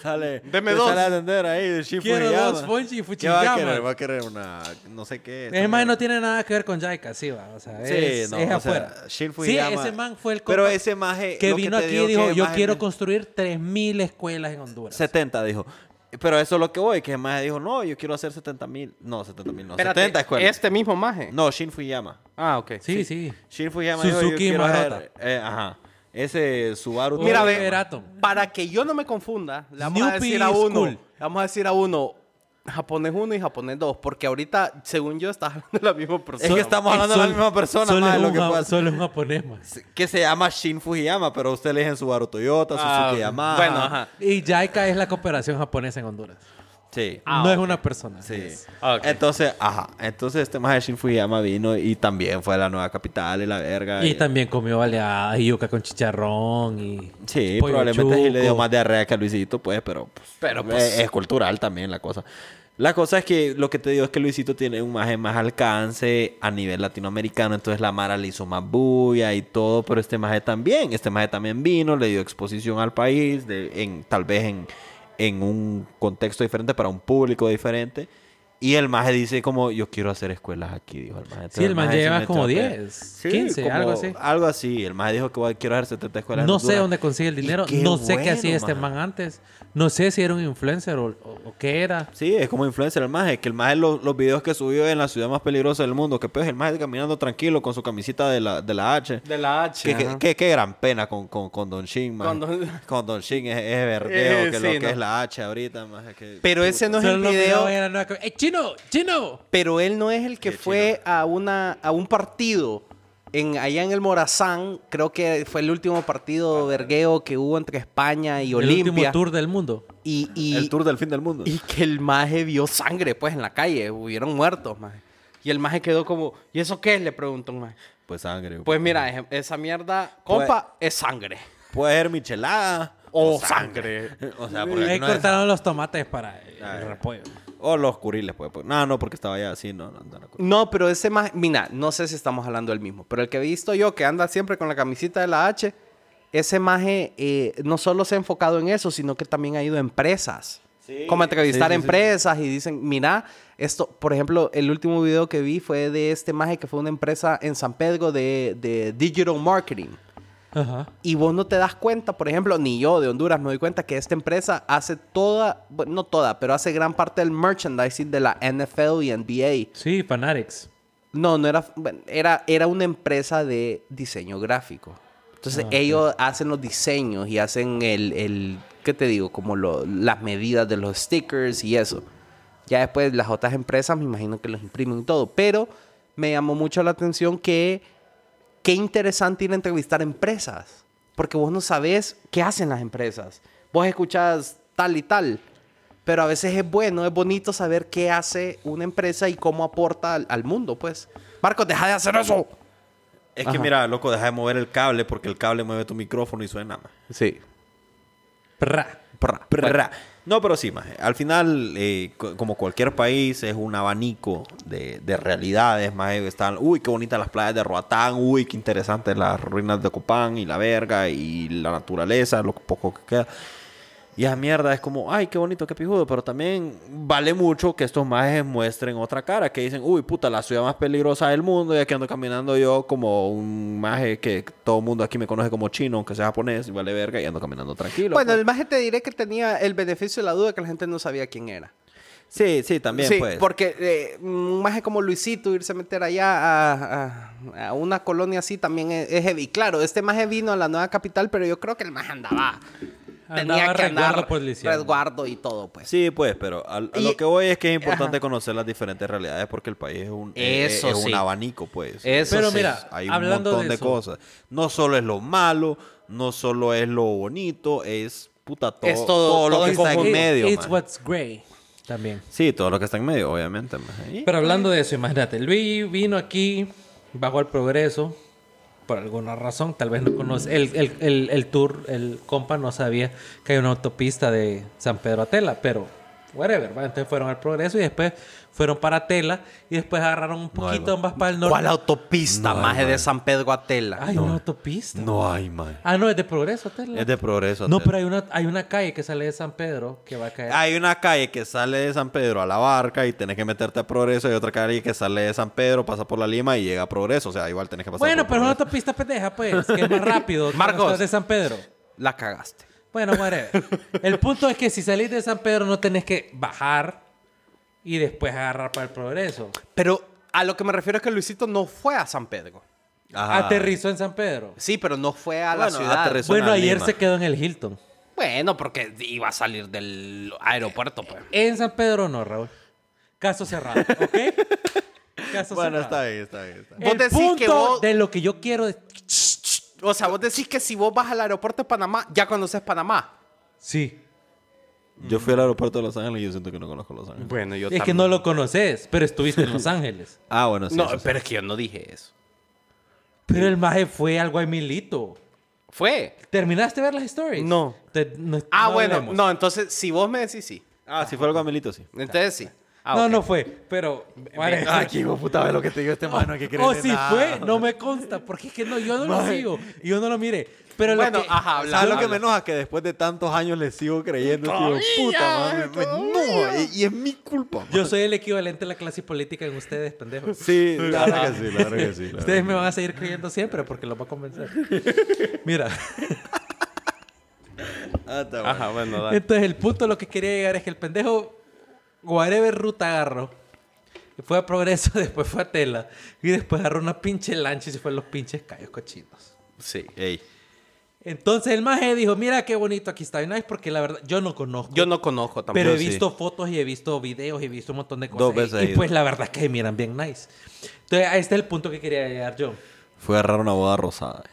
Speaker 3: Sale.
Speaker 2: Deme
Speaker 3: te
Speaker 2: dos.
Speaker 3: Sale a atender ahí, Shin
Speaker 1: Quiero
Speaker 3: Fujiyama.
Speaker 1: dos Fonji y
Speaker 3: ¿Qué va
Speaker 1: Fujiyama.
Speaker 3: a querer? Va a querer una... No sé qué.
Speaker 1: Ese man no tiene nada que ver con Jaika, sí, va. O sea,
Speaker 3: Eh, Sí,
Speaker 1: es,
Speaker 3: no,
Speaker 1: es
Speaker 3: o sea,
Speaker 1: afuera.
Speaker 3: Shin
Speaker 1: sí,
Speaker 3: Fujiyama-
Speaker 1: ese man fue el
Speaker 3: Pero
Speaker 1: compa
Speaker 3: ese maje,
Speaker 1: que
Speaker 3: lo que
Speaker 1: vino
Speaker 3: te
Speaker 1: aquí
Speaker 3: digo
Speaker 1: y dijo,
Speaker 3: que
Speaker 1: yo
Speaker 3: maje
Speaker 1: quiero
Speaker 3: no-
Speaker 1: construir 3.000 escuelas en Honduras.
Speaker 3: 70, dijo. Pero eso es lo que voy, que el maje dijo, no, yo quiero hacer 70 mil. No, 70 mil, no, 70 escuelas.
Speaker 2: Este mismo maje.
Speaker 3: No, Shin Fujiyama.
Speaker 2: Ah, ok.
Speaker 1: sí, sí.
Speaker 3: Shin Fujiyama dijo, yo
Speaker 1: Suzuki
Speaker 3: quiero
Speaker 1: Marotta.
Speaker 3: hacer- eh, ajá. Ese Subaru...
Speaker 1: Pobre
Speaker 2: Mira,
Speaker 3: Toyota.
Speaker 2: ve,
Speaker 1: Verato.
Speaker 2: para que yo no me confunda, le vamos a
Speaker 1: Snoopy
Speaker 2: decir a
Speaker 1: is
Speaker 2: uno,
Speaker 1: cool.
Speaker 2: le vamos a decir a uno japonés 1 y japonés 2, porque ahorita, según yo, estás *laughs* hablando de la misma persona.
Speaker 3: Es que estamos hablando de la misma persona,
Speaker 1: solo
Speaker 3: maje,
Speaker 1: es
Speaker 3: lo
Speaker 1: un
Speaker 3: que
Speaker 1: ja-
Speaker 3: puede hacer.
Speaker 1: Solo es un japonés, man.
Speaker 3: que se llama Shin Fujiyama, pero usted le dicen Subaru Toyota,
Speaker 2: Ah,
Speaker 3: Suzuki Yamaha.
Speaker 2: Bueno, ajá.
Speaker 1: Y Jaika es la cooperación japonesa en Honduras.
Speaker 3: Sí.
Speaker 2: Ah,
Speaker 1: no es
Speaker 2: ok.
Speaker 1: una persona.
Speaker 3: Sí.
Speaker 2: Ah, ok.
Speaker 3: Entonces, ajá. Entonces este maje Shin Fujiyama vino y también fue a la nueva capital y la verga.
Speaker 1: Y también comió baleada y yuca con chicharrón y.
Speaker 3: Sí,
Speaker 1: pollo
Speaker 3: probablemente sí le dio
Speaker 1: chuco.
Speaker 3: más diarrea que a Luisito, pues, pero, pues,
Speaker 2: Pero, pues-
Speaker 3: es, es cultural también la cosa. La cosa es que lo que te digo es que Luisito tiene un maje más alcance a nivel latinoamericano, entonces la Mara le hizo más bulla y todo, pero este maje también, este maje también vino, le dio exposición al país, de- en, tal vez en, en un contexto diferente, para un público diferente. Y el maje dice como, yo quiero hacer escuelas aquí, dijo el maje. Entonces,
Speaker 1: Sí, el man
Speaker 3: se
Speaker 1: lleva
Speaker 3: metió
Speaker 1: como
Speaker 3: a pelear.
Speaker 1: 10, 15, algo así.
Speaker 3: Algo así. El maje dijo que voy- quiero hacer 70 escuelas en
Speaker 1: No sé
Speaker 3: Honduras.
Speaker 1: dónde consigue el
Speaker 3: Y
Speaker 1: dinero.
Speaker 3: qué
Speaker 1: No sé qué
Speaker 3: bueno,
Speaker 1: hacía este
Speaker 3: maje.
Speaker 1: man antes. No sé si era un influencer o, o- o qué era.
Speaker 3: Sí, es como influencer el maje. Que el maje lo- los videos que subió en la ciudad más peligrosa del mundo. Que pues el maje caminando tranquilo con su camisita de la, de la H.
Speaker 2: De la H.
Speaker 3: Que, que-
Speaker 2: ajá.
Speaker 3: que- qué gran pena con, con, con Don Shin, maje.
Speaker 2: Con Don-
Speaker 3: *laughs* Con Don Shin es, es verdeo
Speaker 2: Eh,
Speaker 3: que
Speaker 2: sí,
Speaker 3: lo que
Speaker 2: no.
Speaker 3: es la H ahorita, maje. que-
Speaker 2: Pero ese no es
Speaker 1: Solo
Speaker 2: el
Speaker 1: lo que
Speaker 2: video.
Speaker 1: no era, no era como, ¡Eh, chino! ¡Chino!
Speaker 2: Pero él no es el que
Speaker 3: Qué
Speaker 2: fue a, una, a un partido en, allá en el Morazán. Creo que fue el último partido vergueo que hubo entre España y
Speaker 1: El último
Speaker 2: Olimpia.
Speaker 1: tour del mundo.
Speaker 2: Y, y-
Speaker 3: el tour del fin del mundo.
Speaker 2: y que el maje vio sangre, pues, en la calle. Hubieron muertos, maje. Y el maje quedó como, ¿y eso qué es? Le preguntó un maje.
Speaker 3: Pues sangre.
Speaker 2: Pues mira, es- esa mierda,
Speaker 3: Pues-
Speaker 2: compa, es sangre.
Speaker 3: Puede ser michelada.
Speaker 2: O sangre.
Speaker 3: O sea, porque
Speaker 1: Le
Speaker 3: no es-
Speaker 1: cortaron los tomates para el
Speaker 3: Ah, ya.
Speaker 1: repollo.
Speaker 3: O los curiles, pues. pues. No, no, porque estaba allá así. No, no, no, no.
Speaker 2: No, pero ese maje, mira, no sé si estamos hablando del mismo, pero el que he visto yo que anda siempre con la camisita de la H, ese maje eh, no solo se ha enfocado en eso, sino que también ha ido a empresas.
Speaker 3: Sí.
Speaker 2: Como a entrevistar
Speaker 3: Sí, sí, sí.
Speaker 2: empresas y dicen, mira, esto, por ejemplo, el último video que vi fue de este maje que fue una empresa en San Pedro de, de digital marketing.
Speaker 1: Ajá.
Speaker 2: Y vos no te das cuenta, por ejemplo, ni yo de Honduras me doy cuenta que esta empresa hace toda, bueno, no toda, pero hace gran parte del merchandising de la NFL y NBA.
Speaker 1: Sí, Fanatics.
Speaker 2: No, no era, bueno, era, era una empresa de diseño gráfico. Entonces ellos hacen los diseños y hacen el, el ¿qué te digo? Como lo- las medidas de los stickers y eso. Ya después las otras empresas me imagino que los imprimen y todo. Pero me llamó mucho la atención que qué interesante ir a entrevistar empresas. Porque vos no sabés qué hacen las empresas. Vos escuchás tal y tal. Pero a veces es bueno, es bonito saber qué hace una empresa y cómo aporta al, al mundo, pues. Marcos, deja de hacer eso.
Speaker 3: Es que
Speaker 2: Ajá.
Speaker 3: mira, loco, deja de mover el cable porque el cable mueve tu micrófono y suena más.
Speaker 2: Sí.
Speaker 1: Prra.
Speaker 2: Prra,
Speaker 3: Prrra. No, pero sí, maje. Al final, eh, co- como cualquier país, es un abanico de, de realidades, maje. Están, uy, qué bonitas las playas de Roatán, uy, qué interesantes las ruinas de Copán y la verga y la naturaleza, lo poco que queda. Y esa mierda es como, ay, qué bonito, qué pijudo. Pero también vale mucho que estos majes muestren otra cara. Que dicen, uy, puta, la ciudad más peligrosa del mundo. Y aquí ando caminando yo como un maje que todo el mundo aquí me conoce como chino, aunque sea japonés, y vale verga. Y ando caminando tranquilo.
Speaker 2: Bueno,
Speaker 3: pues.
Speaker 2: el maje te diré que tenía el beneficio de la duda que la gente no sabía quién era.
Speaker 3: Sí, sí, también,
Speaker 2: sí,
Speaker 3: pues.
Speaker 2: porque eh, un maje como Luisito irse a meter allá a, a- a una colonia así también es, es heavy. Claro, este maje vino a la nueva capital, pero yo creo que el maje andaba.
Speaker 1: Andaba resguardo pues, policial.
Speaker 2: resguardo y todo, pues.
Speaker 3: Sí, pues, pero a, a
Speaker 2: Y-
Speaker 3: lo que voy es que es importante
Speaker 2: ajá.
Speaker 3: conocer las diferentes realidades porque el país es un, eh,
Speaker 2: Eso
Speaker 3: es- es un
Speaker 2: sí.
Speaker 3: abanico, pues.
Speaker 2: Eso
Speaker 1: Pero
Speaker 2: sí.
Speaker 1: mira,
Speaker 3: Hay un
Speaker 1: hablando
Speaker 3: montón
Speaker 1: de
Speaker 3: de,
Speaker 1: eso.
Speaker 3: cosas. No solo es lo malo, no solo es lo bonito, es puta todo,
Speaker 2: Es todo-
Speaker 3: lo
Speaker 2: todo
Speaker 3: que
Speaker 2: está
Speaker 3: está en
Speaker 2: en-
Speaker 3: medio.
Speaker 1: It's
Speaker 3: man.
Speaker 1: what's gray. También.
Speaker 3: Sí, todo lo que está en medio, obviamente. man. Y-
Speaker 1: Pero hablando de eso, imagínate, Luis vino aquí, bajó al progreso, por alguna razón, tal vez no conoce, el, el- el- el tour, el compa no sabía que hay una autopista de San Pedro a Tela, pero whatever, ¿va? entonces fueron al progreso y después fueron para Tela y después agarraron un
Speaker 3: No hay,
Speaker 1: poquito
Speaker 3: va.
Speaker 1: más para el norte.
Speaker 2: ¿Cuál autopista,
Speaker 3: No,
Speaker 2: maje,
Speaker 3: maje.
Speaker 2: de San Pedro a Tela?
Speaker 1: Hay una autopista.
Speaker 3: no hay, man.
Speaker 1: Ah, no, es de progreso a Tela.
Speaker 3: Es de progreso.
Speaker 1: no,
Speaker 3: Ted.
Speaker 1: pero hay una, hay una calle que sale de San Pedro que va a caer.
Speaker 3: Hay una calle que sale de San Pedro a la barca y tenés que meterte a Progreso. Y otra calle que sale de San Pedro, pasa por la Lima y llega a Progreso. O sea, igual tenés que pasar
Speaker 1: bueno,
Speaker 3: por
Speaker 1: pero es una
Speaker 3: Progreso.
Speaker 1: autopista pendeja, pues, que es más rápido. que
Speaker 2: Marcos.
Speaker 1: cuando estás de San Pedro.
Speaker 2: La cagaste.
Speaker 1: Bueno, whatever. El punto es que si salís de San Pedro no tenés que bajar y después agarrar para el progreso.
Speaker 2: Pero a lo que me refiero es que Luisito no fue a San Pedro. Ah.
Speaker 3: Ajá.
Speaker 1: Aterrizó en San Pedro.
Speaker 2: Sí, pero no fue a la
Speaker 3: Bueno,
Speaker 2: ciudad.
Speaker 3: aterrizó.
Speaker 1: Bueno,
Speaker 3: Zona
Speaker 1: ayer
Speaker 3: Lima.
Speaker 1: se quedó en el Hilton.
Speaker 2: Bueno, porque iba a salir del aeropuerto, pues.
Speaker 1: En San Pedro no, Raúl. Caso cerrado, ¿ok? Caso
Speaker 3: Bueno,
Speaker 1: cerrado.
Speaker 3: está bien, está bien. está bien.
Speaker 2: Vos
Speaker 1: El
Speaker 2: decís
Speaker 1: punto
Speaker 2: que vos-
Speaker 1: de lo que yo quiero... es-
Speaker 2: O sea, vos decís que si vos vas al aeropuerto de Panamá, ya conoces Panamá.
Speaker 1: Sí.
Speaker 3: Yo fui al aeropuerto de Los Ángeles y yo siento que no conozco Los Ángeles.
Speaker 2: Bueno, yo
Speaker 1: es que no lo conoces, pero estuviste en Los
Speaker 2: *laughs*
Speaker 1: Ángeles.
Speaker 3: Ah, bueno, sí.
Speaker 2: No,
Speaker 3: eso sí.
Speaker 2: pero es que yo no dije eso.
Speaker 1: Pero el maje fue al Guaymilito.
Speaker 2: Fue.
Speaker 1: ¿Terminaste de ver las stories?
Speaker 2: No.
Speaker 1: Te- no-
Speaker 2: Ah,
Speaker 1: no
Speaker 2: bueno,
Speaker 1: hablemos.
Speaker 2: no, entonces si vos me decís sí.
Speaker 3: Ah, si fue algo Amelito, *laughs* sí.
Speaker 2: Entonces sí. Ah,
Speaker 1: no,
Speaker 2: ok.
Speaker 1: no fue, pero... whatever.
Speaker 3: hijo puta, ve lo que te digo este mano. que
Speaker 1: O si fue, no me consta, porque es que no, yo no lo sigo, yo no lo mire. Pero
Speaker 2: Bueno,
Speaker 1: lo que,
Speaker 2: ajá, habla,
Speaker 3: ¿Sabes lo que
Speaker 2: habla.
Speaker 3: me enoja? Que después de tantos años le sigo creyendo, tío. Puta, madre. Me enoja. Y, y es mi culpa, man.
Speaker 1: yo soy el equivalente a la clase política en ustedes, pendejos.
Speaker 3: *laughs* Sí, la verdad que sí, la verdad que sí. la
Speaker 1: Ustedes
Speaker 3: verdad.
Speaker 1: me van a seguir creyendo siempre porque los va a
Speaker 3: *laughs*
Speaker 1: convencer. Mira,
Speaker 3: Ah, está bueno.
Speaker 2: Ajá, bueno, dale.
Speaker 1: entonces el punto a lo que quería llegar es que el pendejo, whatever ruta agarró, fue a Progreso, *laughs* después fue a Tela, y después agarró una pinche lancha y se fue a los pinches callos cochinos.
Speaker 2: Sí.
Speaker 3: Ey.
Speaker 1: Entonces el maje dijo, mira qué bonito aquí está, y no es porque la verdad, yo no conozco.
Speaker 2: Yo no conozco tampoco.
Speaker 1: Pero he
Speaker 3: Yo sí.
Speaker 1: visto fotos y he visto videos y he visto un montón de cosas.
Speaker 3: Dos veces
Speaker 1: y,
Speaker 3: he
Speaker 1: y
Speaker 3: ido.
Speaker 1: pues la verdad es que miran bien nice. Entonces, a este es el punto que quería llegar yo.
Speaker 3: Fue a agarrar una boda rosada.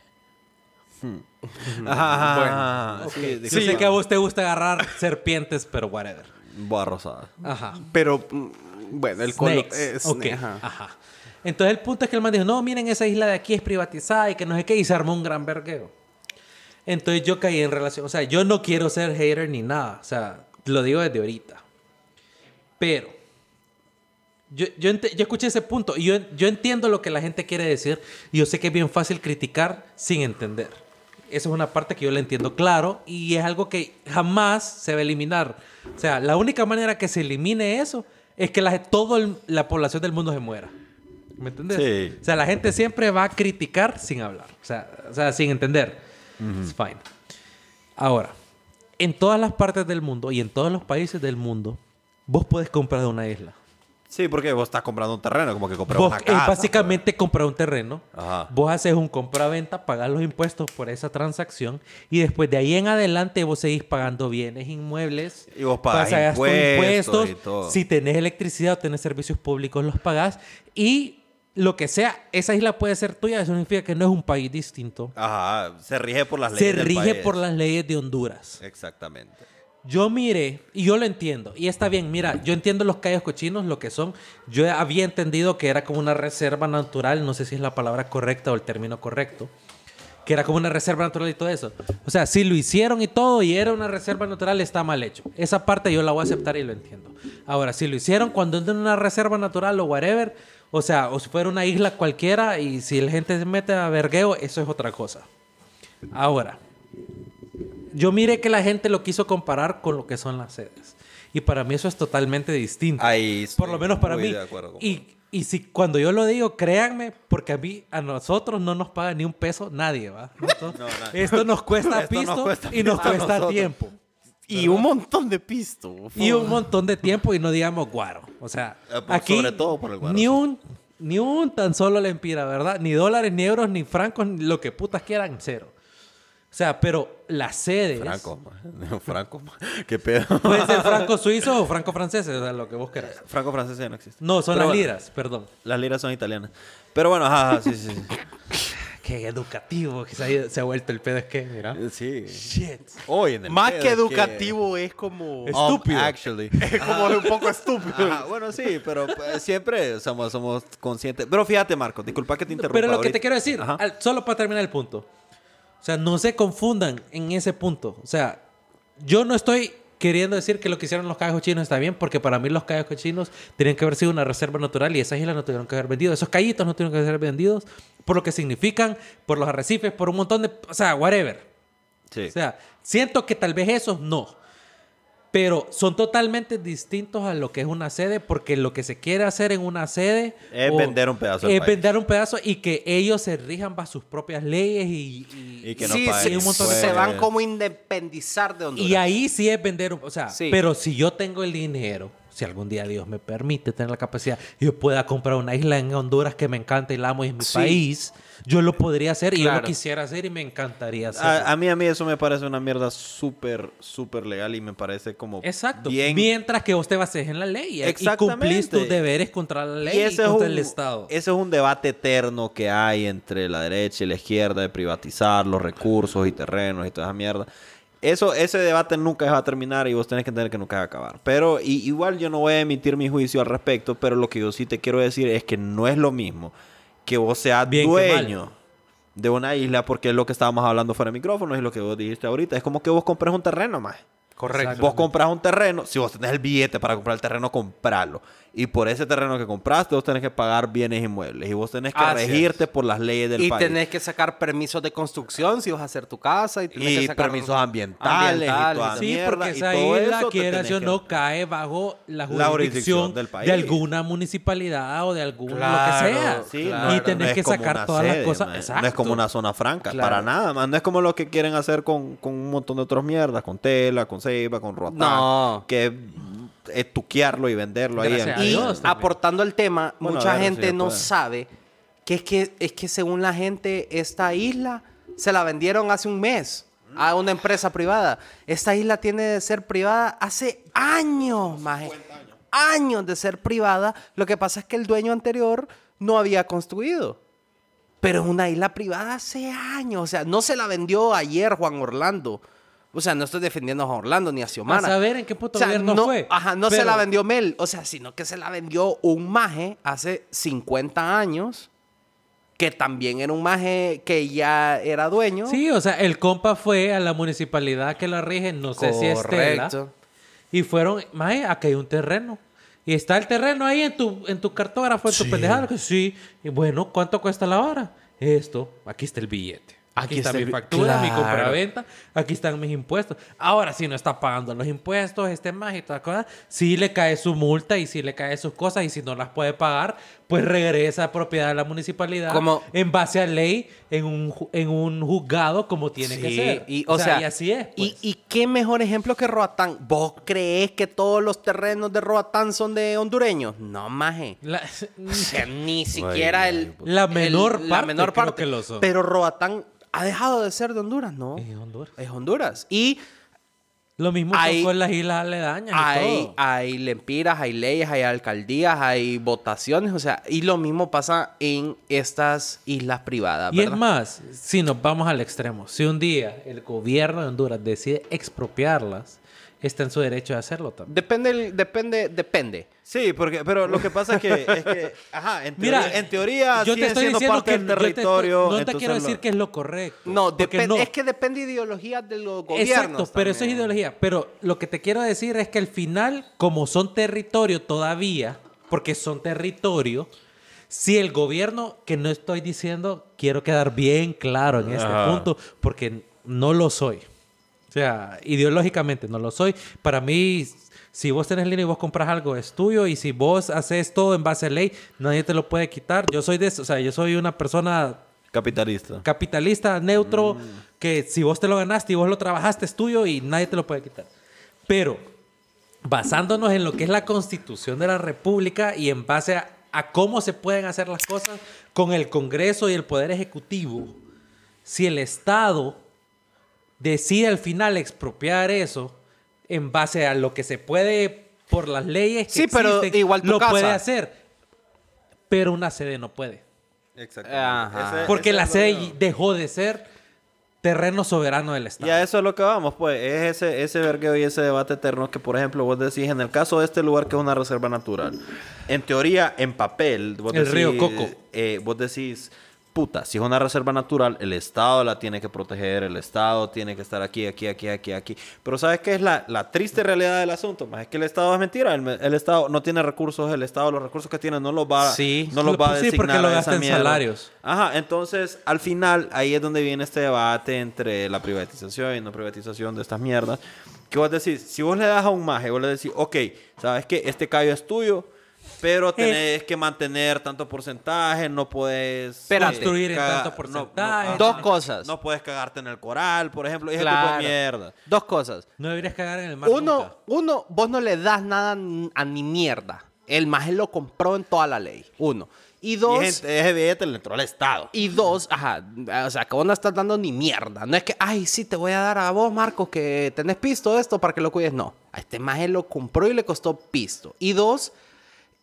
Speaker 3: Hmm. *laughs* Ah, Ajá, ajá, ajá.
Speaker 1: Ok.
Speaker 3: Sí,
Speaker 1: Yo sé que a vos te gusta agarrar *laughs* serpientes, pero whatever.
Speaker 3: Boda rosada.
Speaker 1: Ajá.
Speaker 2: Pero, mm, bueno, el color.
Speaker 1: Snakes. Ok, Ah, Ajá. Entonces el punto es que el man dijo, no, miren, esa isla de aquí es privatizada y que no sé qué, y se armó un gran vergueo. Entonces yo caí en relación, o sea, yo no quiero ser hater ni nada, o sea, lo digo desde ahorita. Pero yo, yo, ente- yo escuché ese punto y yo, yo entiendo lo que la gente quiere decir y yo sé que es bien fácil criticar sin entender. Esa es una parte que yo la entiendo claro y es algo que jamás se va a eliminar. O sea, la única manera que se elimine eso es que la, toda la población del mundo se muera. ¿Me entendés?
Speaker 3: Sí.
Speaker 1: O sea, la gente siempre va a criticar sin hablar, o sea, o sea sin entender. It's fine. Ahora, en todas las partes del mundo y en todos los países del mundo, vos podés comprar una isla.
Speaker 3: Sí, porque vos estás comprando un terreno, como que compras
Speaker 1: Vos,
Speaker 3: una
Speaker 1: eh,
Speaker 3: casa. pues.
Speaker 1: básicamente comprar un terreno,
Speaker 3: Ajá.
Speaker 1: vos haces un compra-venta, pagas los impuestos por esa transacción y después de ahí en adelante vos seguís pagando bienes inmuebles.
Speaker 3: Y vos pagás
Speaker 1: pasás tus
Speaker 3: impuestos y todo.
Speaker 1: Si tenés electricidad o tenés servicios públicos, los pagás. Y lo que sea, esa isla puede ser tuya, eso significa que no es un país distinto.
Speaker 3: pues. Ajá, se rige por las leyes.
Speaker 1: Se
Speaker 3: del
Speaker 1: rige
Speaker 3: país.
Speaker 1: por las leyes de Honduras.
Speaker 3: Exactamente.
Speaker 1: Yo miré, y yo lo entiendo, y está bien, mira, yo entiendo los callos cochinos, lo que son. Yo había entendido que era como una reserva natural, no sé si es la palabra correcta o el término correcto, que era como una reserva natural y todo eso. O sea, si lo hicieron y todo y era una reserva natural, está mal hecho. Esa parte yo la voy a aceptar y lo entiendo. Ahora, si lo hicieron cuando es en una reserva natural o whatever, o sea, o si fuera una isla cualquiera y si la gente se mete a vergueo, eso es otra cosa. Ahora, yo miré que la gente lo quiso comparar con lo que son las sedes. Y para mí eso es totalmente distinto.
Speaker 3: Ahí estoy
Speaker 1: Por lo menos para
Speaker 3: muy
Speaker 1: mí.
Speaker 3: de acuerdo con vos.
Speaker 1: y, y si cuando yo lo digo, créanme, porque a mí, a nosotros no nos paga ni un peso nadie,
Speaker 3: *laughs*
Speaker 1: ¿va? Nosotros-
Speaker 3: nadie.
Speaker 1: Esto nos cuesta
Speaker 3: *laughs* Esto nos
Speaker 1: pisto
Speaker 3: cuesta
Speaker 1: y nos
Speaker 3: pisto a
Speaker 1: cuesta
Speaker 3: nosotros.
Speaker 1: tiempo.
Speaker 2: Y un montón de pisto.
Speaker 1: Y un montón de tiempo y no digamos guaro. O sea,
Speaker 3: Eh, por-
Speaker 1: aquí
Speaker 3: sobre todo por el guaro,
Speaker 1: ni
Speaker 3: sí.
Speaker 1: un ni un tan solo le empira, ¿verdad? Ni dólares, ni euros, ni francos, ni lo que putas quieran, cero. O sea, pero las sedes...
Speaker 3: Franco, ma. *laughs* Franco, ma. qué pedo. *laughs*
Speaker 1: Pueden ser franco suizos o franco franceses, o sea, lo que vos querés.
Speaker 3: Franco francés ya no existe.
Speaker 1: No, son
Speaker 3: Pero
Speaker 1: las
Speaker 3: bueno,
Speaker 1: liras, perdón.
Speaker 3: Las liras son italianas. Pero bueno, ajá, ajá, sí, sí. sí.
Speaker 1: Qué educativo que se ha, ido- se ha vuelto el pedo, es que, mira. *laughs*
Speaker 3: Sí.
Speaker 1: Shit.
Speaker 3: Hoy en el
Speaker 2: Más
Speaker 3: pedo
Speaker 2: que
Speaker 3: es
Speaker 2: educativo es como... Ah.
Speaker 1: Es-
Speaker 3: Um,
Speaker 1: Estúpido.
Speaker 3: actually.
Speaker 1: *laughs*
Speaker 2: Es como un poco estúpido.
Speaker 3: Ajá, bueno, sí, pero pues, siempre somos, somos conscientes. Pero fíjate, Marco, disculpa que te interrumpa.
Speaker 1: Pero lo que
Speaker 3: ahorita.
Speaker 1: te quiero decir,
Speaker 3: Ajá.
Speaker 1: al- solo para terminar el punto. O sea, no se confundan en ese punto. O sea, yo no estoy queriendo decir que lo que hicieron los callejos chinos está bien, porque para mí los callejos chinos tenían que haber sido una reserva natural y esas islas no tuvieron que haber vendido. Esos callitos no tuvieron que ser vendidos por lo que significan, por los arrecifes, por un montón de... O sea, whatever.
Speaker 3: Sí.
Speaker 1: O sea, siento que tal vez esos no. Pero son totalmente distintos a lo que es una sede, porque lo que se quiere hacer en una sede
Speaker 3: Es
Speaker 1: o-
Speaker 3: vender un pedazo del
Speaker 1: Es
Speaker 3: país.
Speaker 1: vender un pedazo y que ellos se rijan bajo sus propias leyes y, y-
Speaker 3: Y que no
Speaker 2: sí,
Speaker 3: paguen
Speaker 2: sí,
Speaker 1: un montón de
Speaker 3: impuestos.
Speaker 2: se van como a independizar de Honduras.
Speaker 1: y ahí sí es vender, un- o sea,
Speaker 2: Sí.
Speaker 1: pero si yo tengo el dinero, si algún día Dios me permite tener la capacidad, yo pueda comprar una isla en Honduras que me encanta y la amo y es mi
Speaker 2: Sí.
Speaker 1: país, yo lo podría hacer y yo lo
Speaker 2: Claro.
Speaker 1: quisiera hacer y me
Speaker 3: Ah,
Speaker 1: encantaría hacer.
Speaker 3: A, a mí, a mí eso me parece una mierda súper, súper legal y me parece como
Speaker 1: Exacto.
Speaker 3: bien...
Speaker 1: Mientras que vos te bases en la ley y cumplís
Speaker 3: Exactamente.
Speaker 1: tus deberes contra la ley y,
Speaker 3: ese
Speaker 1: contra
Speaker 3: un-
Speaker 1: el Estado.
Speaker 3: Ese es un debate eterno que hay entre la derecha y la izquierda de privatizar los recursos y terrenos y toda esa mierda. Eso, ese debate nunca se va a terminar y vos tenés que entender que nunca va a acabar. Pero y- igual yo no voy a emitir mi juicio al respecto, pero lo que yo sí te quiero decir es que no es lo mismo que vos seas
Speaker 1: Bien que mal.
Speaker 3: dueño de una isla, porque es lo que estábamos hablando fuera de micrófonos y lo que vos dijiste ahorita. Es como que vos compres un terreno más.
Speaker 1: Correcto.
Speaker 3: Vos compras un terreno, si vos tenés el billete para comprar el terreno, compralo. Y por ese terreno que compraste, vos tenés que pagar bienes inmuebles. Y vos tenés que
Speaker 2: Así es.
Speaker 3: regirte por las leyes del
Speaker 2: Y
Speaker 3: país.
Speaker 2: tenés que sacar permisos de construcción si vas a hacer tu casa. Y, tenés
Speaker 3: Y
Speaker 2: que sacar
Speaker 3: permisos ambientales y toda
Speaker 1: Sí,
Speaker 3: mierda,
Speaker 1: porque
Speaker 3: y
Speaker 1: esa
Speaker 3: todo
Speaker 1: isla,
Speaker 3: eso te
Speaker 1: quieras
Speaker 3: tenés
Speaker 1: o
Speaker 3: que-
Speaker 1: no, cae bajo la jurisdicción,
Speaker 3: La jurisdicción del país.
Speaker 1: de alguna municipalidad o de algún
Speaker 2: Claro,
Speaker 1: lo que sea.
Speaker 3: Sí,
Speaker 2: Claro.
Speaker 1: y
Speaker 3: no-
Speaker 1: tenés
Speaker 3: no es
Speaker 1: que
Speaker 3: como
Speaker 1: sacar
Speaker 3: una
Speaker 1: todas las
Speaker 3: sede,
Speaker 1: cosas.
Speaker 3: man.
Speaker 1: Exacto.
Speaker 3: No es como una zona franca,
Speaker 2: Claro.
Speaker 3: para nada, man. No es como lo que quieren hacer con, con un montón de otras mierdas, con tela, con ceiba, con roatán.
Speaker 2: No.
Speaker 3: Que es estuquearlo y venderlo
Speaker 1: Gracias a
Speaker 3: ahí.
Speaker 2: Y
Speaker 3: en-
Speaker 1: Dios. también.
Speaker 2: aportando al tema,
Speaker 3: Bueno,
Speaker 2: mucha
Speaker 3: a ver si
Speaker 2: gente
Speaker 3: se
Speaker 2: no
Speaker 3: puede.
Speaker 2: sabe que es, que es que según la gente, esta isla se la vendieron hace un mes a una empresa privada. Esta isla tiene de ser privada hace años, maje. Años de ser privada. Lo que pasa es que el dueño anterior no había construido. Pero es una isla privada hace años. O sea, no se la vendió ayer Juan Orlando. O sea, no estoy defendiendo a Juan Orlando ni a Xiomara.
Speaker 1: A saber en qué puto
Speaker 2: O sea,
Speaker 1: gobierno
Speaker 2: no,
Speaker 1: fue.
Speaker 2: Ajá, no se
Speaker 1: Pero-
Speaker 2: la vendió Mel. O sea, sino que se la vendió un maje hace 50 años, que también era un maje que ya era dueño.
Speaker 1: Sí, o sea, el compa fue a la municipalidad que la rige, no sé si es Tela.
Speaker 2: Correcto.
Speaker 1: Y fueron, mae, acá hay un terreno. Y está el terreno ahí en tu, en tu cartógrafo, en tu pendejada. que Sí. Y bueno, ¿cuánto cuesta la vara? Esto. Aquí está el billete. Aquí,
Speaker 2: Aquí
Speaker 1: está,
Speaker 2: está
Speaker 1: mi
Speaker 2: el bi-
Speaker 1: factura, mi
Speaker 2: Claro.
Speaker 1: compraventa. Aquí están mis impuestos. Ahora, si no está pagando los impuestos, este más y todas las cosas, sí le cae su multa y sí le cae sus cosas. Y si no las puede pagar, pues regresa a propiedad de la municipalidad
Speaker 2: Como-
Speaker 1: en base a ley en un, ju- en un juzgado como tiene que
Speaker 2: Sí,
Speaker 1: ser.
Speaker 2: Y, o sea,
Speaker 1: y así es.
Speaker 2: Y,
Speaker 1: pues.
Speaker 2: y qué mejor ejemplo que Roatán. ¿Vos crees que todos los terrenos de Roatán son de hondureños? No, maje.
Speaker 1: La- *laughs*
Speaker 2: O
Speaker 3: *laughs*
Speaker 2: sea, ni siquiera
Speaker 3: ay,
Speaker 2: el,
Speaker 3: puta.
Speaker 1: La
Speaker 2: el-
Speaker 1: menor parte creo que lo son.
Speaker 2: Pero Roatán ha dejado de ser de Honduras, ¿no?
Speaker 1: Es Honduras.
Speaker 2: Es Honduras. Y
Speaker 1: Lo mismo
Speaker 2: Ahí-
Speaker 1: con las islas aledañas. y
Speaker 2: hay,
Speaker 1: todo.
Speaker 3: ah,
Speaker 2: hay lempiras, hay leyes, hay alcaldías, hay votaciones. O sea, y lo mismo pasa en estas islas privadas.
Speaker 1: Y es
Speaker 2: ¿verdad?
Speaker 1: más, si nos vamos al extremo, si un día el gobierno de Honduras decide expropiarlas, está en su derecho de hacerlo también.
Speaker 2: Depende, el- depende, depende.
Speaker 3: Sí, porque, pero lo que pasa es que, es
Speaker 1: *laughs*
Speaker 3: que, ajá, en teoría,
Speaker 1: Mira,
Speaker 3: en teoría
Speaker 1: yo
Speaker 3: sigue
Speaker 1: te estoy
Speaker 3: siendo
Speaker 1: diciendo
Speaker 3: parte
Speaker 1: que
Speaker 3: del
Speaker 1: yo te estoy-
Speaker 3: territorio.
Speaker 1: no te
Speaker 3: entonces
Speaker 1: quiero
Speaker 3: lo-
Speaker 1: decir que es lo correcto.
Speaker 2: No,
Speaker 1: porque
Speaker 2: depen-
Speaker 1: no.
Speaker 2: es que depende de ideologías de los gobiernos.
Speaker 1: Exacto, pero eso es
Speaker 2: también.
Speaker 1: ideología. Pero lo que te quiero decir es que al final, como son territorio todavía, porque son territorio, si el gobierno, que no estoy diciendo, quiero quedar bien claro en este
Speaker 3: Ajá.
Speaker 1: punto, porque no lo soy. O sea, ideológicamente no lo soy. Para mí, si vos tenés línea y vos compras algo, es tuyo. Y si vos haces todo en base a ley, nadie te lo puede quitar. Yo soy de eso. O sea, yo soy una persona
Speaker 3: Capitalista.
Speaker 1: capitalista, neutro,
Speaker 2: Mm.
Speaker 1: que si vos te lo ganaste y vos lo trabajaste es tuyo y nadie te lo puede quitar. Pero basándonos en lo que es la constitución de la República y en base a, a cómo se pueden hacer las cosas con el Congreso y el Poder Ejecutivo, si el Estado decide al final expropiar eso en base a lo que se puede por las leyes que
Speaker 2: Sí, pero
Speaker 1: existen,
Speaker 2: igual tu
Speaker 1: lo puede
Speaker 2: casa.
Speaker 1: hacer, pero una sede no puede.
Speaker 3: Exactamente.
Speaker 2: Ajá.
Speaker 3: Ese-
Speaker 1: Porque
Speaker 3: ese
Speaker 1: la
Speaker 3: es lo
Speaker 1: sede
Speaker 3: que-
Speaker 1: dejó de ser terreno soberano del
Speaker 3: Y
Speaker 1: Estado.
Speaker 3: a eso es lo que vamos, pues. Es ese, ese vergueo y ese debate eterno que, por ejemplo, vos decís, en el caso de este lugar que es una reserva natural, en teoría, en papel, vos
Speaker 1: El
Speaker 3: decís...
Speaker 1: río Coco.
Speaker 3: eh, vos decís, puta, si es una reserva natural, el Estado la tiene que proteger, el Estado tiene que estar aquí, aquí, aquí, aquí, aquí. Pero ¿sabes qué es la, la triste realidad del asunto? Más es que el Estado es mentira, el, el Estado no tiene recursos, el Estado los recursos que tiene no los va,
Speaker 2: Sí.
Speaker 3: no los
Speaker 1: Lo-
Speaker 3: va a
Speaker 1: pues sí,
Speaker 3: designar
Speaker 1: porque lo
Speaker 3: a esa
Speaker 1: gasta en
Speaker 3: mierda.
Speaker 1: salarios.
Speaker 3: Ajá, entonces al final ahí es donde viene este debate entre la privatización y no privatización de estas mierdas. Que vos decís, si vos le das a un maje, vos le decís, ok, sabes que este callo es tuyo, pero tenés que mantener tanto porcentaje, no puedes eh,
Speaker 2: Espérate.
Speaker 1: Construir en
Speaker 3: caga-
Speaker 1: tanto porcentaje.
Speaker 3: ajá.
Speaker 2: Dos cosas.
Speaker 3: No puedes cagarte en el coral, por ejemplo, y ese
Speaker 2: Claro.
Speaker 3: tipo de mierda.
Speaker 2: Dos cosas.
Speaker 1: No deberías cagar en el mar. nunca.
Speaker 2: Uno, uno, vos no le das nada n- a ni mierda. El maje lo compró en toda la ley. Uno. Y dos,
Speaker 3: Y es- ese billete le entró al Estado.
Speaker 2: y dos, ajá, o sea, que vos no estás dando ni mierda. No es que, ay, sí, te voy a dar a vos, Marcos, que tenés pisto esto para que lo cuides. No. A este maje lo compró y le costó pisto. Y dos,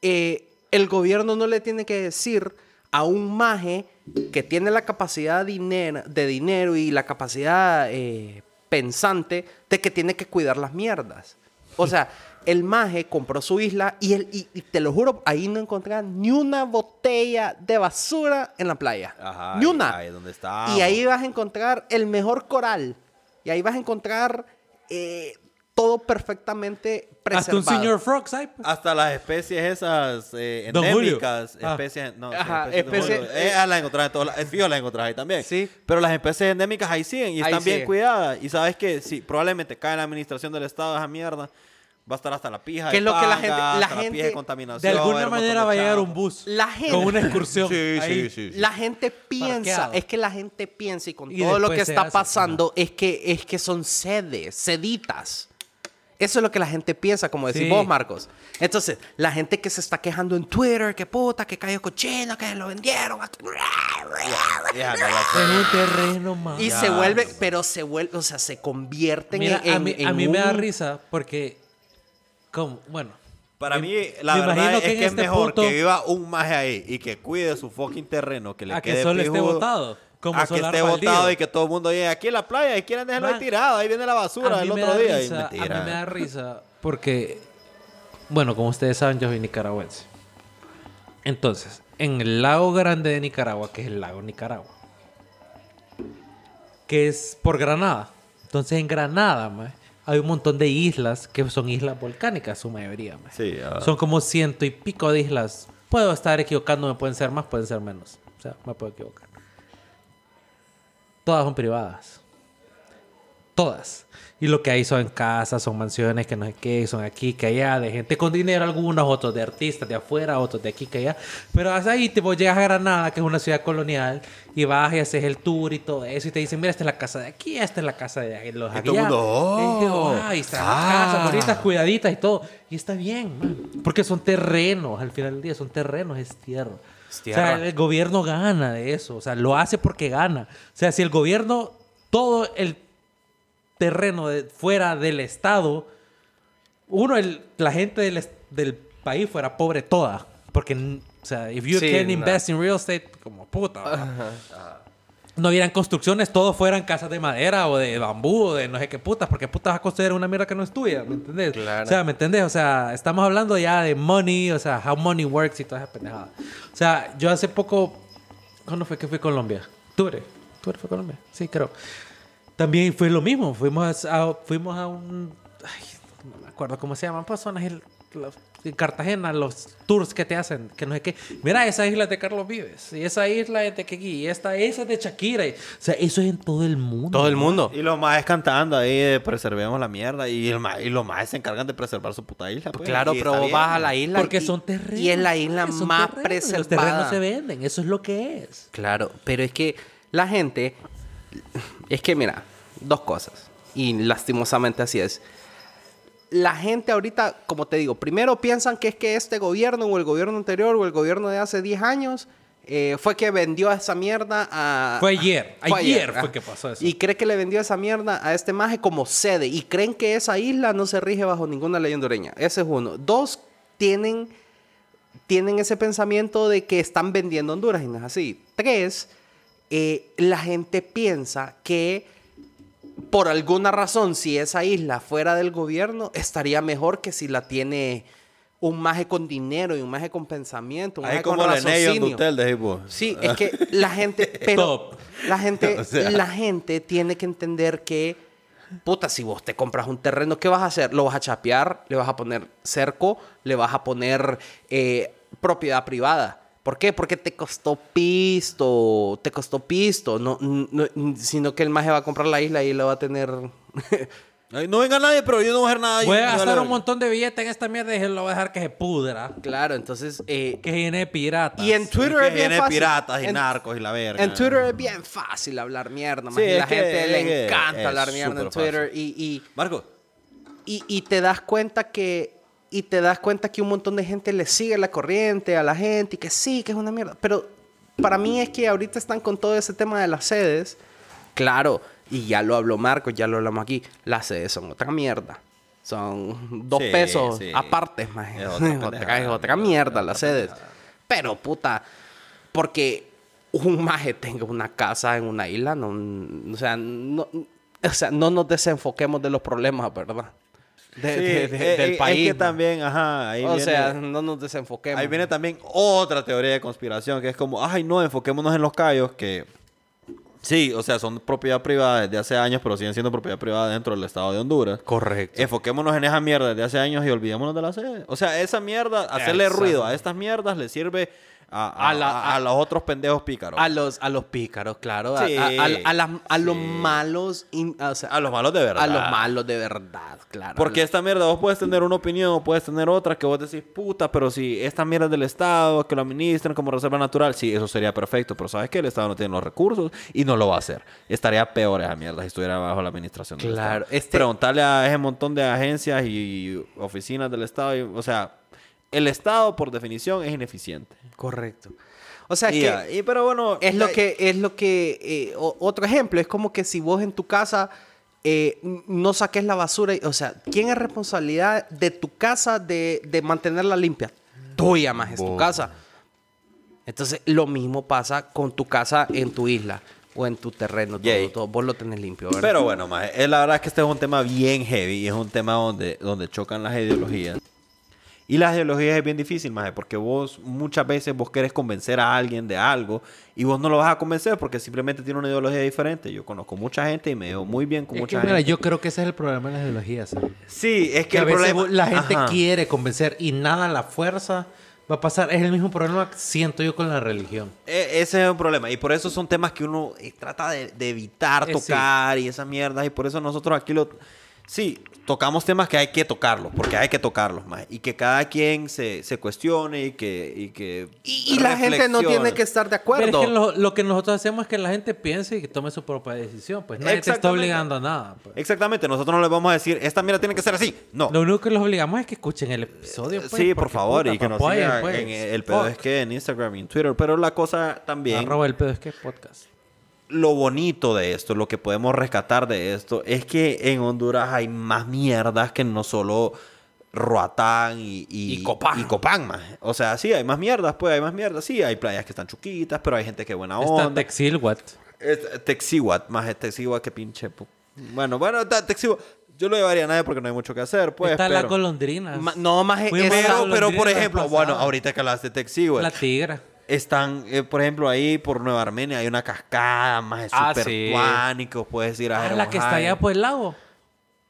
Speaker 2: eh, el gobierno no le tiene que decir a un maje que tiene la capacidad diner- de dinero y la capacidad eh, pensante de que tiene que cuidar las mierdas.
Speaker 1: *laughs*
Speaker 2: O sea, el maje compró su isla y, el, y, y te lo juro, ahí no encontré ni una botella de basura en la playa.
Speaker 3: Ajá,
Speaker 2: ni
Speaker 3: ahí-
Speaker 2: una.
Speaker 3: ahí es donde estábamos.
Speaker 2: Y ahí vas a encontrar el mejor coral. Y ahí vas a encontrar eh, todo perfectamente
Speaker 1: Hasta
Speaker 2: preservado.
Speaker 1: un señor Frog, ¿sabes?
Speaker 3: Hasta las especies esas eh,
Speaker 1: Don Julio.
Speaker 3: endémicas,
Speaker 1: Ah.
Speaker 3: especies, no, sí,
Speaker 2: Ajá,
Speaker 3: especies de
Speaker 2: especies-
Speaker 3: Don Julio. Eh, ah, las encontrás en todas, las- eh, fijo las encontrás ahí también.
Speaker 2: Sí.
Speaker 3: Pero las especies endémicas ahí siguen y
Speaker 2: Ahí
Speaker 3: están bien
Speaker 2: siguen.
Speaker 3: cuidadas y sabes que si probablemente cae en la administración del estado esa mierda va a estar hasta la pija,
Speaker 2: Que
Speaker 3: de
Speaker 2: es lo que la
Speaker 3: panga,
Speaker 2: gente- la
Speaker 3: hasta la pija
Speaker 2: gente-
Speaker 3: de contaminación,
Speaker 1: De
Speaker 3: haber
Speaker 1: alguna
Speaker 3: un montón
Speaker 1: manera
Speaker 3: de
Speaker 1: va a llegar
Speaker 3: charcos.
Speaker 1: un bus
Speaker 2: La gente-
Speaker 1: con una excursión.
Speaker 3: Sí,
Speaker 1: ahí.
Speaker 3: sí, sí, sí.
Speaker 2: La gente piensa,
Speaker 1: Parqueado.
Speaker 2: es que la gente piensa y con
Speaker 1: Y
Speaker 2: todo lo
Speaker 1: después
Speaker 2: que
Speaker 1: se
Speaker 2: está
Speaker 1: hace,
Speaker 2: pasando es que, es que son sedes, seditas. Eso es lo que la gente piensa, como decís
Speaker 1: Sí.
Speaker 2: vos, Marcos. Entonces, la gente que se está quejando en Twitter, que puta, que cayó cochino, que lo vendieron. hasta-
Speaker 3: Ya, no la-
Speaker 1: En un terreno más.
Speaker 2: Y se vuelve, pero se vuelve, o sea, se convierten
Speaker 1: Mira,
Speaker 2: en,
Speaker 1: a mí,
Speaker 2: en
Speaker 1: a mí me da
Speaker 2: un-
Speaker 1: risa porque. como- Bueno.
Speaker 3: Para
Speaker 1: Me-
Speaker 3: mí, la
Speaker 1: me
Speaker 3: verdad
Speaker 1: imagino
Speaker 3: es
Speaker 1: que
Speaker 3: que
Speaker 1: en
Speaker 3: es
Speaker 1: este
Speaker 3: mejor
Speaker 1: punto-
Speaker 3: que viva un maje ahí y que cuide su fucking terreno, que le
Speaker 1: A que
Speaker 3: quede
Speaker 1: solo esté
Speaker 3: pijudo,
Speaker 1: botado, como
Speaker 3: a que
Speaker 1: Solar
Speaker 3: esté
Speaker 1: Baldío.
Speaker 3: botado y que todo el mundo llegue aquí a la playa y quieran dejarlo ahí
Speaker 1: Man,
Speaker 3: tirado, ahí viene la basura
Speaker 1: a mí
Speaker 3: el
Speaker 1: me
Speaker 3: otro
Speaker 1: da
Speaker 3: día. Y
Speaker 1: risa-
Speaker 3: mentira.
Speaker 1: A mí me da risa porque, bueno, como ustedes saben, yo soy nicaragüense. Entonces, en el lago grande de Nicaragua, que es el lago Nicaragua, que es por Granada. Entonces, en Granada, mae, hay un montón de islas que son islas volcánicas, su mayoría. mae.
Speaker 3: Sí, ah.
Speaker 1: Son como ciento y pico de islas. Puedo estar equivocándome, pueden ser más, pueden ser menos. O sea, me puedo equivocar. Todas son privadas. todas. Y lo que hay son casas, son mansiones, que no sé qué, son aquí, que allá, de gente con dinero, algunos, otros de artistas de afuera, otros de aquí, que allá. Pero hasta ahí te vos llegas a Granada, que es una ciudad colonial, y vas y haces el tour y todo eso, y te dicen, mira, esta es la casa de aquí, esta es la casa de los
Speaker 3: Y
Speaker 1: allá.
Speaker 3: todo el mundo, "Oh,
Speaker 1: Y yo, "Ah, y están las
Speaker 3: ah".
Speaker 1: casas bonitas, cuidaditas y todo. Y está bien, man, porque son terrenos, al final del día, son terrenos, es tierra.
Speaker 3: Es
Speaker 1: O
Speaker 3: tierra.
Speaker 1: sea, el gobierno gana de eso, o sea, lo hace porque gana. O sea, si el gobierno, todo el terreno de- fuera del Estado, uno, el- la gente del, est- del país fuera pobre toda. Porque, n- o sea, if you
Speaker 2: Sí,
Speaker 1: can
Speaker 2: no.
Speaker 1: invest in real estate, como puta. ¿verdad? No hubieran construcciones, todos fueran casas de madera o de bambú o de no sé qué putas, porque putas vas a construir una mierda que no es tuya, ¿me entendés?
Speaker 2: Claro.
Speaker 1: O sea, ¿me entendés? O sea, estamos hablando ya de money, o sea, how money works y todas esas pendejadas. O sea, yo hace poco, ¿cuándo fue que fui a Colombia? ¿Octubre? ¿Octubre fue a Colombia? Sí, creo. También fue lo mismo. Fuimos a, a- fuimos a un. ay, no me acuerdo cómo se llaman. Pues son las isl- las- en Cartagena, los tours que te hacen, que no sé qué. Mira, esa isla es de Carlos Vives. Y esa isla es de Kiki. Y esta esa es de Shakira. y- o sea, eso es en todo el mundo.
Speaker 2: Todo el mundo.
Speaker 3: Y los maes cantando ahí de preservemos la mierda. Y, el ma- y los maes se encargan de preservar su puta isla. pues,
Speaker 2: Claro,
Speaker 3: y
Speaker 2: pero
Speaker 3: está
Speaker 2: vos
Speaker 3: bien,
Speaker 2: vas a
Speaker 3: ma.
Speaker 2: la isla.
Speaker 1: Porque
Speaker 2: y-
Speaker 1: son terrenos. pues,
Speaker 2: Y es la isla
Speaker 1: son
Speaker 2: más
Speaker 1: terrenos,
Speaker 2: preservada.
Speaker 1: Los terrenos se venden. Eso es lo que es.
Speaker 2: Claro, pero es que la gente. Es que mira, dos cosas. Y lastimosamente así es. La gente ahorita, como te digo, primero piensan que es que este gobierno o el gobierno anterior o el gobierno de hace 10 años eh, fue que vendió esa mierda a...
Speaker 1: Fue ayer.
Speaker 2: *laughs* Fue
Speaker 1: ayer
Speaker 2: ah.
Speaker 1: fue que pasó eso.
Speaker 2: Y cree que le vendió esa mierda a este maje como sede. Y creen que esa isla no se rige bajo ninguna ley hondureña. Ese es uno. Dos, tienen, tienen ese pensamiento de que están vendiendo Honduras y no es así. Tres, eh, la gente piensa que por alguna razón, si esa isla fuera del gobierno, estaría mejor que si la tiene un maje con dinero y un maje con pensamiento. Un
Speaker 3: Ahí
Speaker 2: maje con
Speaker 3: como la Ney
Speaker 2: raciocinio.
Speaker 3: Hotel de pues. tipo.
Speaker 2: Sí, es que la
Speaker 3: *laughs*
Speaker 2: gente, pero
Speaker 1: Top.
Speaker 2: la gente,
Speaker 3: O sea.
Speaker 2: la gente tiene que entender que, puta, si vos te compras un terreno, ¿qué vas a hacer? Lo vas a chapear, le vas a poner cerco, le vas a poner eh, propiedad privada. ¿Por qué? Porque te costó pisto, te costó pisto, no, no- no- sino que el maje va a comprar la isla y la va a tener. *laughs*
Speaker 3: Ay, no venga nadie, pero yo no voy a hacer nada.
Speaker 1: Voy
Speaker 3: yo-
Speaker 1: a
Speaker 3: yo
Speaker 1: gastar
Speaker 3: la-
Speaker 1: un montón de billetes en esta mierda y lo voy a dejar que se pudra.
Speaker 2: claro, entonces. eh,
Speaker 1: Que se llene de piratas.
Speaker 2: y en Twitter
Speaker 3: que
Speaker 2: es bien
Speaker 3: viene
Speaker 2: fácil.
Speaker 3: piratas y
Speaker 2: En-
Speaker 3: narcos y la verga.
Speaker 2: En Twitter es bien fácil hablar mierda,
Speaker 3: Sí,
Speaker 2: maje, y la
Speaker 3: es que-
Speaker 2: gente
Speaker 3: es
Speaker 2: le
Speaker 3: que
Speaker 2: encanta
Speaker 3: es
Speaker 2: hablar mierda en
Speaker 3: súper
Speaker 2: Twitter y- y
Speaker 3: Marco.
Speaker 2: y, y te das cuenta que y te das cuenta que un montón de gente le sigue la corriente a la gente y que sí, que es una mierda. Pero para mí es que ahorita están con todo ese tema de las sedes. Claro, y ya lo habló Marco, ya lo hablamos aquí. Las sedes son otra mierda. Son dos
Speaker 3: Sí,
Speaker 2: pesos
Speaker 3: sí.
Speaker 2: aparte, más.
Speaker 3: Es
Speaker 2: Es *laughs*
Speaker 3: otra
Speaker 2: otra,
Speaker 3: pendejada,
Speaker 2: es otra
Speaker 3: otra
Speaker 2: mierda las sedes.
Speaker 3: pendejada.
Speaker 2: Pero puta, porque un maje tenga una casa en una isla, no, o sea, no, o sea, no nos desenfoquemos de los problemas, ¿verdad? De-
Speaker 3: Sí,
Speaker 2: de- de-
Speaker 3: eh,
Speaker 2: del
Speaker 3: eh,
Speaker 2: país.
Speaker 3: Es que también, ajá, ahí
Speaker 2: o
Speaker 3: viene-
Speaker 2: sea, no nos desenfoquemos.
Speaker 3: Ahí viene también otra teoría de conspiración que es como, ay, no, enfoquémonos en los callos que sí, o sea, son propiedad privada desde hace años, pero siguen siendo propiedad privada dentro del estado de Honduras.
Speaker 2: Correcto.
Speaker 3: Enfoquémonos en esa mierda desde hace años y olvidémonos de la sede. O sea, esa mierda, hacerle
Speaker 2: Exacto.
Speaker 3: ruido a estas mierdas le sirve a, a-
Speaker 2: A la-
Speaker 3: a- a
Speaker 2: a-
Speaker 3: los otros pendejos pícaros.
Speaker 2: A los, a los pícaros, claro. a-
Speaker 3: Sí,
Speaker 2: a, a- a las- a los
Speaker 3: sí.
Speaker 2: malos. in- o sea,
Speaker 3: A los malos de verdad.
Speaker 2: a los malos de verdad, claro.
Speaker 3: Porque esta mierda, vos puedes tener una opinión, o puedes tener otra que vos decís, puta, pero si esta mierda es del Estado, que lo administran como reserva natural, sí, eso sería perfecto, pero ¿sabes qué? El Estado no tiene los recursos y no lo va a hacer. Estaría peor esa mierda si estuviera bajo la administración del
Speaker 2: Claro,
Speaker 3: Estado.
Speaker 2: este-
Speaker 3: Preguntarle a ese montón de agencias y oficinas del Estado, y- o sea, el Estado por definición es ineficiente.
Speaker 2: Correcto. O sea,
Speaker 3: Y,
Speaker 2: que...
Speaker 3: ah, y, pero bueno,
Speaker 2: Es lo
Speaker 3: ya-
Speaker 2: que, es lo que, eh, o- otro ejemplo, es como que si vos en tu casa eh, n- no saques la basura, y- o sea, ¿quién es responsabilidad de tu casa de, de mantenerla limpia? Tuya más, es tu
Speaker 3: Vos.
Speaker 2: casa. Entonces, lo mismo pasa con tu casa en tu isla o en tu terreno, todo,
Speaker 3: Yay.
Speaker 2: todo, vos lo tenés limpio. ¿verdad?
Speaker 3: Pero bueno, maje, eh, la verdad es que este es un tema bien heavy y es un tema donde, donde chocan las ideologías. Y las ideologías es bien difícil, maje, porque vos muchas veces vos querés convencer a alguien de algo y vos no lo vas a convencer porque simplemente tiene una ideología diferente. Yo conozco mucha gente y me veo muy bien con
Speaker 1: Es que,
Speaker 3: mucha
Speaker 1: mira,
Speaker 3: gente.
Speaker 1: yo creo que ese es el problema de las ideologías. ¿sabes?
Speaker 3: Sí, es que,
Speaker 1: Que a
Speaker 3: el
Speaker 1: veces
Speaker 3: problema...
Speaker 1: la gente
Speaker 3: Ajá.
Speaker 1: quiere convencer y nada la fuerza Va a pasar, es el mismo problema que siento yo con la religión.
Speaker 3: E- ese es un problema. Y por eso son temas que uno eh, trata de, de evitar
Speaker 1: Eh, sí.
Speaker 3: tocar y esas mierdas. Y por eso nosotros aquí lo. Sí, tocamos temas que hay que tocarlos, porque hay que tocarlos más. Y que cada quien se, se cuestione y que. Y, que
Speaker 2: Y, y la gente no tiene
Speaker 3: reflexione.
Speaker 2: que estar
Speaker 1: Pero
Speaker 2: de
Speaker 1: es
Speaker 2: acuerdo.
Speaker 1: que lo, lo que nosotros hacemos es que la gente piense y que tome su propia decisión. Pues nadie te está
Speaker 3: Exactamente.
Speaker 1: obligando a nada. pues.
Speaker 3: Exactamente, nosotros no les vamos a decir, esta mierda tiene que ser así. No. Eh,
Speaker 1: Lo único que los obligamos es que escuchen el episodio. pues,
Speaker 3: sí, por
Speaker 1: porque,
Speaker 3: favor,
Speaker 1: puta,
Speaker 3: y que nos
Speaker 1: apoyen,
Speaker 3: sigan
Speaker 1: pues.
Speaker 3: en el pedo
Speaker 1: Fuck.
Speaker 3: es que en Instagram y en Twitter. Pero la cosa también.
Speaker 1: Arroba el pedo es que podcast.
Speaker 3: lo bonito de esto, lo que podemos rescatar de esto, es que en Honduras hay más mierdas que no solo Roatán y,
Speaker 2: Y Copán.
Speaker 3: Y Copán, más. O sea, sí, hay más mierdas, pues hay más mierdas. Sí, hay playas que están chuquitas, pero hay gente que buena
Speaker 1: Está
Speaker 3: onda.
Speaker 1: Texilwat.
Speaker 3: Es- Texihuat, más es Texihuat que pinche. pu- Bueno, bueno, está Texihuat. Yo lo llevaría a nadie porque no hay mucho que hacer, pues.
Speaker 1: está la
Speaker 3: pero-
Speaker 1: golondrina.
Speaker 2: Ma- no, maje,
Speaker 1: Fuimos a la
Speaker 2: esa-
Speaker 3: pero, pero, por
Speaker 1: golondrina la
Speaker 3: ejemplo,
Speaker 1: vez
Speaker 3: bueno,
Speaker 1: pasada.
Speaker 3: ahorita que hablas de Texihuat.
Speaker 1: La tigra.
Speaker 3: Están, eh, por ejemplo, ahí por Nueva Armenia hay una cascada más de
Speaker 2: Ah,
Speaker 3: super
Speaker 2: sí.
Speaker 3: tuánicos, puedes ir a
Speaker 1: Ah,
Speaker 3: Heron
Speaker 1: la que está
Speaker 3: High.
Speaker 1: allá por el lago.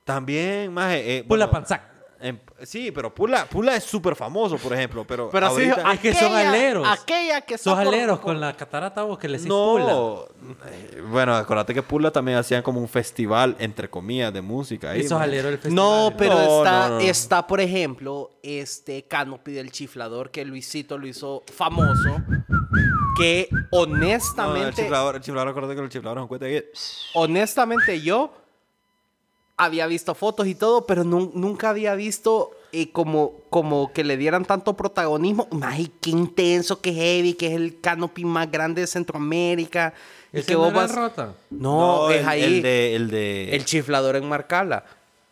Speaker 3: También, más eh,
Speaker 1: Pula
Speaker 3: bueno,
Speaker 1: Panzac.
Speaker 3: en- sí, pero Pula, Pula es súper famoso, por ejemplo, pero,
Speaker 2: Pero así,
Speaker 3: ahorita-
Speaker 2: ah,
Speaker 1: Es que son
Speaker 2: Aquella-
Speaker 1: aleros.
Speaker 2: aquella que está
Speaker 1: Son
Speaker 2: por-
Speaker 1: aleros con la catarata vos que les no.
Speaker 3: no. eh, Bueno, acuérdate que Pula también hacían como un festival entre comillas de música ahí.
Speaker 1: Y sos
Speaker 3: maje.
Speaker 1: alero del festival.
Speaker 2: No, pero
Speaker 3: No,
Speaker 2: está,
Speaker 3: no, no.
Speaker 2: está, por ejemplo, este Canopy del chiflador que Luisito lo hizo famoso. Que
Speaker 3: No, el
Speaker 2: honestamente,
Speaker 3: chiflador, el chiflador, acuérdate que el chiflador es un cuento de-
Speaker 2: honestamente yo había visto fotos y todo, pero nun- nunca había visto eh, como, como que le dieran tanto protagonismo. Ay, qué intenso, qué heavy, que es el Canopy más grande de Centroamérica. Y
Speaker 1: ¿Ese
Speaker 2: que
Speaker 1: no
Speaker 2: vos
Speaker 1: era
Speaker 2: vas-
Speaker 1: rota?
Speaker 2: No, es
Speaker 3: el,
Speaker 2: ahí.
Speaker 3: El de, el de-
Speaker 2: El chiflador en Marcala.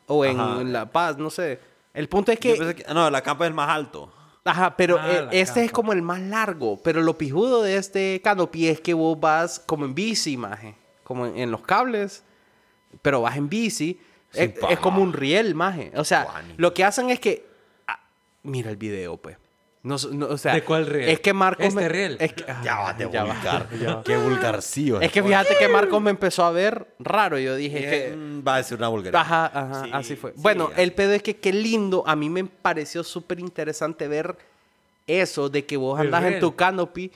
Speaker 2: O en,
Speaker 3: Ajá.
Speaker 2: en La Paz, no sé. El punto es
Speaker 3: yo
Speaker 2: que.
Speaker 3: pensé que- No, la capa es el más alto.
Speaker 2: Ajá, pero
Speaker 1: Ah,
Speaker 2: eh,
Speaker 1: la
Speaker 2: este es
Speaker 1: capa.
Speaker 2: como el más largo. Pero lo pijudo de este canopy es que vos vas como en bici, maje. Como en, en los cables. Pero vas en bici.
Speaker 3: Sin
Speaker 2: Es,
Speaker 3: paja.
Speaker 2: es como un riel, maje. O sea,
Speaker 3: Guani.
Speaker 2: lo que hacen es que. ah, mira el video, pues. No, s- no, o sea,
Speaker 1: ¿De cuál riel?
Speaker 2: Es que Marcos.
Speaker 1: ¿Este riel?
Speaker 2: Es que, ah,
Speaker 3: Ya va, de
Speaker 2: ya va.
Speaker 3: vulgar. Qué vulgarcillo.
Speaker 2: Es que
Speaker 1: pues.
Speaker 2: fíjate que Marcos me empezó a ver raro. Yo dije
Speaker 3: Eh,
Speaker 2: que.
Speaker 3: mm, va a decir una vulgaridad.
Speaker 2: Ajá, ajá,
Speaker 3: Sí,
Speaker 2: así fue.
Speaker 3: sí,
Speaker 2: bueno,
Speaker 3: ya.
Speaker 2: el pedo es que qué lindo. A mí me pareció súper interesante ver eso de que vos
Speaker 1: El
Speaker 2: andás en
Speaker 1: riel.
Speaker 2: tu canopy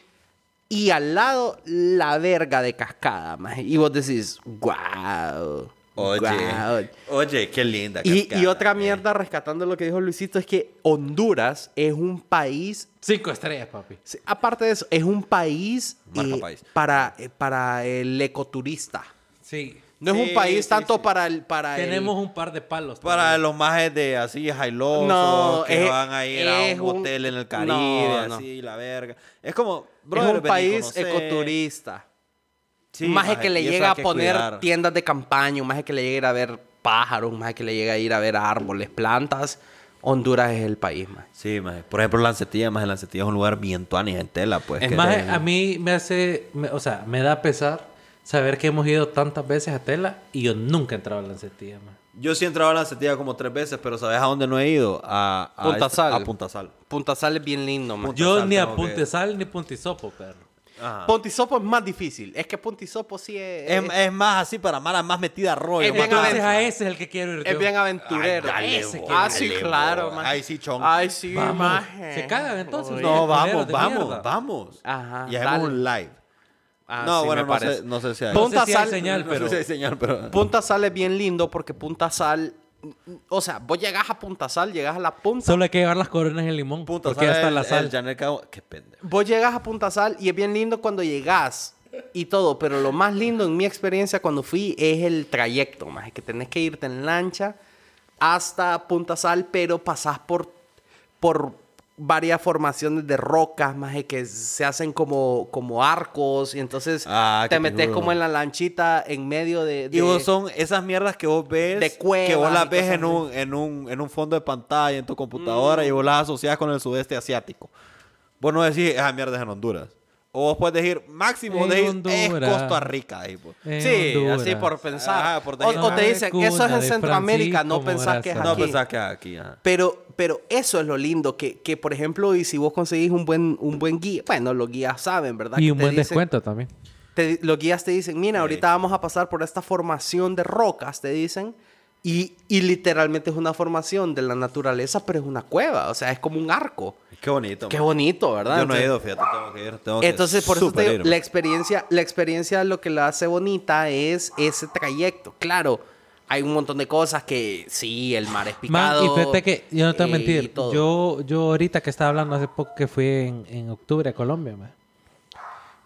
Speaker 2: y al lado la verga de cascada, maje. Y vos decís, wow.
Speaker 3: Oye, oye, qué linda.
Speaker 2: Y,
Speaker 3: cascada,
Speaker 2: y otra
Speaker 3: eh.
Speaker 2: mierda, rescatando lo que dijo Luisito, es que Honduras es un país
Speaker 1: Cinco estrellas, papi.
Speaker 2: Sí, Aparte de eso, es un país,
Speaker 3: Marca
Speaker 2: eh,
Speaker 3: país.
Speaker 2: Para, eh, para el ecoturista.
Speaker 1: Sí.
Speaker 2: No es
Speaker 3: Sí,
Speaker 2: un país
Speaker 3: sí,
Speaker 2: tanto
Speaker 3: sí.
Speaker 2: para el... Para el-
Speaker 1: Tenemos un par de palos.
Speaker 3: Para
Speaker 1: también.
Speaker 3: los majes de así, jailosos,
Speaker 2: No,
Speaker 3: que
Speaker 2: es-
Speaker 3: van a ir a
Speaker 2: es
Speaker 3: un,
Speaker 2: un-
Speaker 3: hotel en el Caribe,
Speaker 2: No, no.
Speaker 3: así, la verga. Es como,
Speaker 2: es
Speaker 3: brother,
Speaker 2: un
Speaker 3: vení,
Speaker 2: país
Speaker 3: conoce.
Speaker 2: ecoturista.
Speaker 3: Sí,
Speaker 2: más
Speaker 3: maje,
Speaker 2: que le
Speaker 3: y eso
Speaker 2: llega
Speaker 3: hay
Speaker 2: a
Speaker 3: que
Speaker 2: poner
Speaker 3: cuidar.
Speaker 2: tiendas de campaña, más que le llega a ir a ver pájaros, más que le llega a ir a ver árboles, plantas. Honduras es el país, más.
Speaker 3: Sí, maje. Por ejemplo, Lancetilla, maje, Lancetilla es un lugar bien tuani en tela, pues.
Speaker 1: Es
Speaker 3: que-
Speaker 1: más, a mí me hace, me- o sea, me da pesar saber que hemos ido tantas veces a Tela y yo nunca he entrado a Lancetilla, man.
Speaker 3: Yo sí he entrado a Lancetilla como tres veces, pero ¿sabes a dónde no he ido? A, a
Speaker 2: Punta
Speaker 3: esta-
Speaker 2: Sal.
Speaker 3: A Punta Sal.
Speaker 2: Punta Sal es bien lindo, más.
Speaker 3: Punta
Speaker 1: Yo
Speaker 3: Sal
Speaker 1: ni a
Speaker 3: tengo que-
Speaker 1: Puntesal ni Puntisopo, perro.
Speaker 3: Ajá.
Speaker 2: Pontisopo es más difícil. Es que Pontisopo sí es...
Speaker 3: Es, es más así para Mara, más metida a rollo.
Speaker 2: Es
Speaker 3: más
Speaker 2: bien
Speaker 1: Entonces
Speaker 2: aven-
Speaker 1: a ese es el que quiero ir
Speaker 2: es
Speaker 1: yo.
Speaker 2: bien aventurero.
Speaker 3: Ay, dale,
Speaker 2: Ese
Speaker 3: bo,
Speaker 2: que- ah,
Speaker 3: dale,
Speaker 2: sí,
Speaker 3: bo.
Speaker 2: claro, maje.
Speaker 3: Ay, sí, chon.
Speaker 2: Ay, sí,
Speaker 1: Vamos.
Speaker 2: maje.
Speaker 1: Se cagan, entonces,
Speaker 2: Uy.
Speaker 1: Sí,
Speaker 3: No,
Speaker 1: culeros
Speaker 3: vamos,
Speaker 1: de
Speaker 3: vamos,
Speaker 1: mierda.
Speaker 3: vamos.
Speaker 2: Ajá,
Speaker 3: Y hacemos
Speaker 2: dale.
Speaker 3: un live.
Speaker 2: Ah,
Speaker 3: no,
Speaker 2: sí,
Speaker 3: bueno,
Speaker 2: me
Speaker 3: no
Speaker 2: parece.
Speaker 3: sé, no sé si hay.
Speaker 1: No
Speaker 2: Punta
Speaker 1: sé si hay
Speaker 2: Sal-
Speaker 1: señal,
Speaker 3: No
Speaker 1: pero...
Speaker 3: sé si hay señal, *laughs* pero.
Speaker 2: Punta Sal es bien lindo porque Punta Sal, o sea, vos llegás a Punta Sal, llegás a la punta.
Speaker 1: Solo hay que llevar las coronas en limón. porque ya está la sal.
Speaker 3: Janel Cabo- Qué pendejo.
Speaker 2: Vos llegas a Punta Sal y es bien lindo cuando llegás y todo, pero lo más lindo en mi experiencia cuando fui es el trayecto, más que tenés que irte en lancha hasta Punta Sal, pero pasás por, por varias formaciones de rocas, más que se hacen como, como arcos y entonces
Speaker 3: Ah, qué
Speaker 2: te metes
Speaker 3: pijudo.
Speaker 2: como en la lanchita en medio de...
Speaker 3: Y vos
Speaker 2: de-
Speaker 3: son esas mierdas que vos ves.
Speaker 2: de cuevas
Speaker 3: que vos
Speaker 2: y
Speaker 3: las ves
Speaker 2: cosas
Speaker 3: en un, en, un, en un fondo de pantalla, en tu computadora, y vos las asocias con el sudeste asiático. Vos no decís, esa mierda es en Honduras. O vos puedes decir, máximo, vos
Speaker 1: En
Speaker 3: decís,
Speaker 1: Honduras.
Speaker 3: es Costa Rica. ahí, pues.
Speaker 1: En
Speaker 2: Sí,
Speaker 1: Honduras.
Speaker 2: así por pensar.
Speaker 3: Ajá, por
Speaker 2: O-
Speaker 3: decir,
Speaker 2: o, te
Speaker 1: "Ah,
Speaker 2: dicen,
Speaker 1: cuna
Speaker 2: eso es en
Speaker 1: de
Speaker 2: Centroamérica, no
Speaker 1: Francisco
Speaker 2: pensás que es aquí.
Speaker 1: Morazán".
Speaker 3: No pensás que es aquí. ajá.
Speaker 2: Pero, pero eso es lo lindo, que, que, por ejemplo, y si vos conseguís un buen, un buen guía, bueno, los guías saben, ¿verdad?
Speaker 1: Y
Speaker 2: Que
Speaker 1: un
Speaker 2: te
Speaker 1: buen
Speaker 2: dicen-
Speaker 1: descuento también.
Speaker 2: te di- los guías te dicen, mira,
Speaker 3: Sí.
Speaker 2: ahorita vamos a pasar por esta formación de rocas, te dicen, Y, y literalmente es una formación de la naturaleza, pero es una cueva, o sea, es como un arco.
Speaker 3: Qué bonito.
Speaker 2: Qué
Speaker 3: man.
Speaker 2: bonito, ¿verdad?
Speaker 3: Yo no he
Speaker 2: Entonces-
Speaker 3: ido, fíjate, tengo que ir. tengo que
Speaker 2: Entonces, por eso te
Speaker 3: super
Speaker 2: digo,
Speaker 3: ir, man.
Speaker 2: la experiencia, la experiencia lo que la hace bonita es ese trayecto. Claro, hay un montón de cosas que sí, el mar es picado.
Speaker 1: Man, y fíjate que, yo no te voy a
Speaker 2: eh, y
Speaker 1: mentir,
Speaker 2: todo.
Speaker 1: yo, yo ahorita que estaba hablando hace poco que fui en, en octubre a Colombia, man,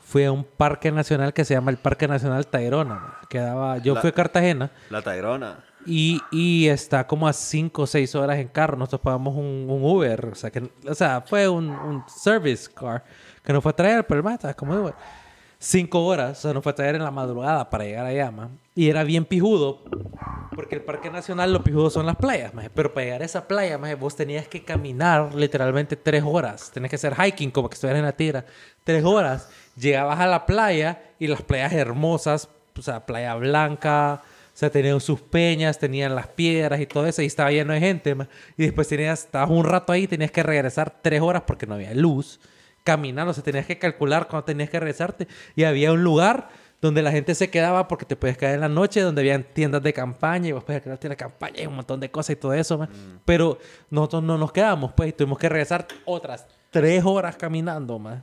Speaker 1: fui a un parque nacional que se llama el Parque Nacional Tayrona, man, que daba- yo
Speaker 3: La-
Speaker 1: fui a Cartagena
Speaker 3: La Tairona.
Speaker 1: y, y está como a 5 o 6 horas en carro, nosotros pagamos un, un Uber, o sea, que, o sea fue un, un service car que nos fue a traer, pero más, estaba como Uber. 5 horas, o sea, nos fue a traer en la madrugada para llegar allá, man. Y era bien pijudo, porque el Parque Nacional, los pijudos son las playas, maje. Pero para llegar a esa playa, maje, vos tenías que caminar literalmente tres horas. Tenías que hacer hiking, como que estuvieras en la tierra. Tres horas. Llegabas a la playa y las playas hermosas, o sea, playa blanca, o sea, tenían sus peñas, tenían las piedras y todo eso, y estaba lleno de gente, maje. Y después tenías, estabas un rato ahí, tenías que regresar tres horas porque no había luz. Caminar, o sea, tenías que calcular cuándo tenías que regresarte. Y había un lugar donde la gente se quedaba porque te podías quedar en la noche, donde habían tiendas de campaña y vos podías quedarte en la campaña y un montón de cosas y todo eso, man. Pero nosotros no nos quedamos, pues, y tuvimos que regresar otras tres horas caminando, más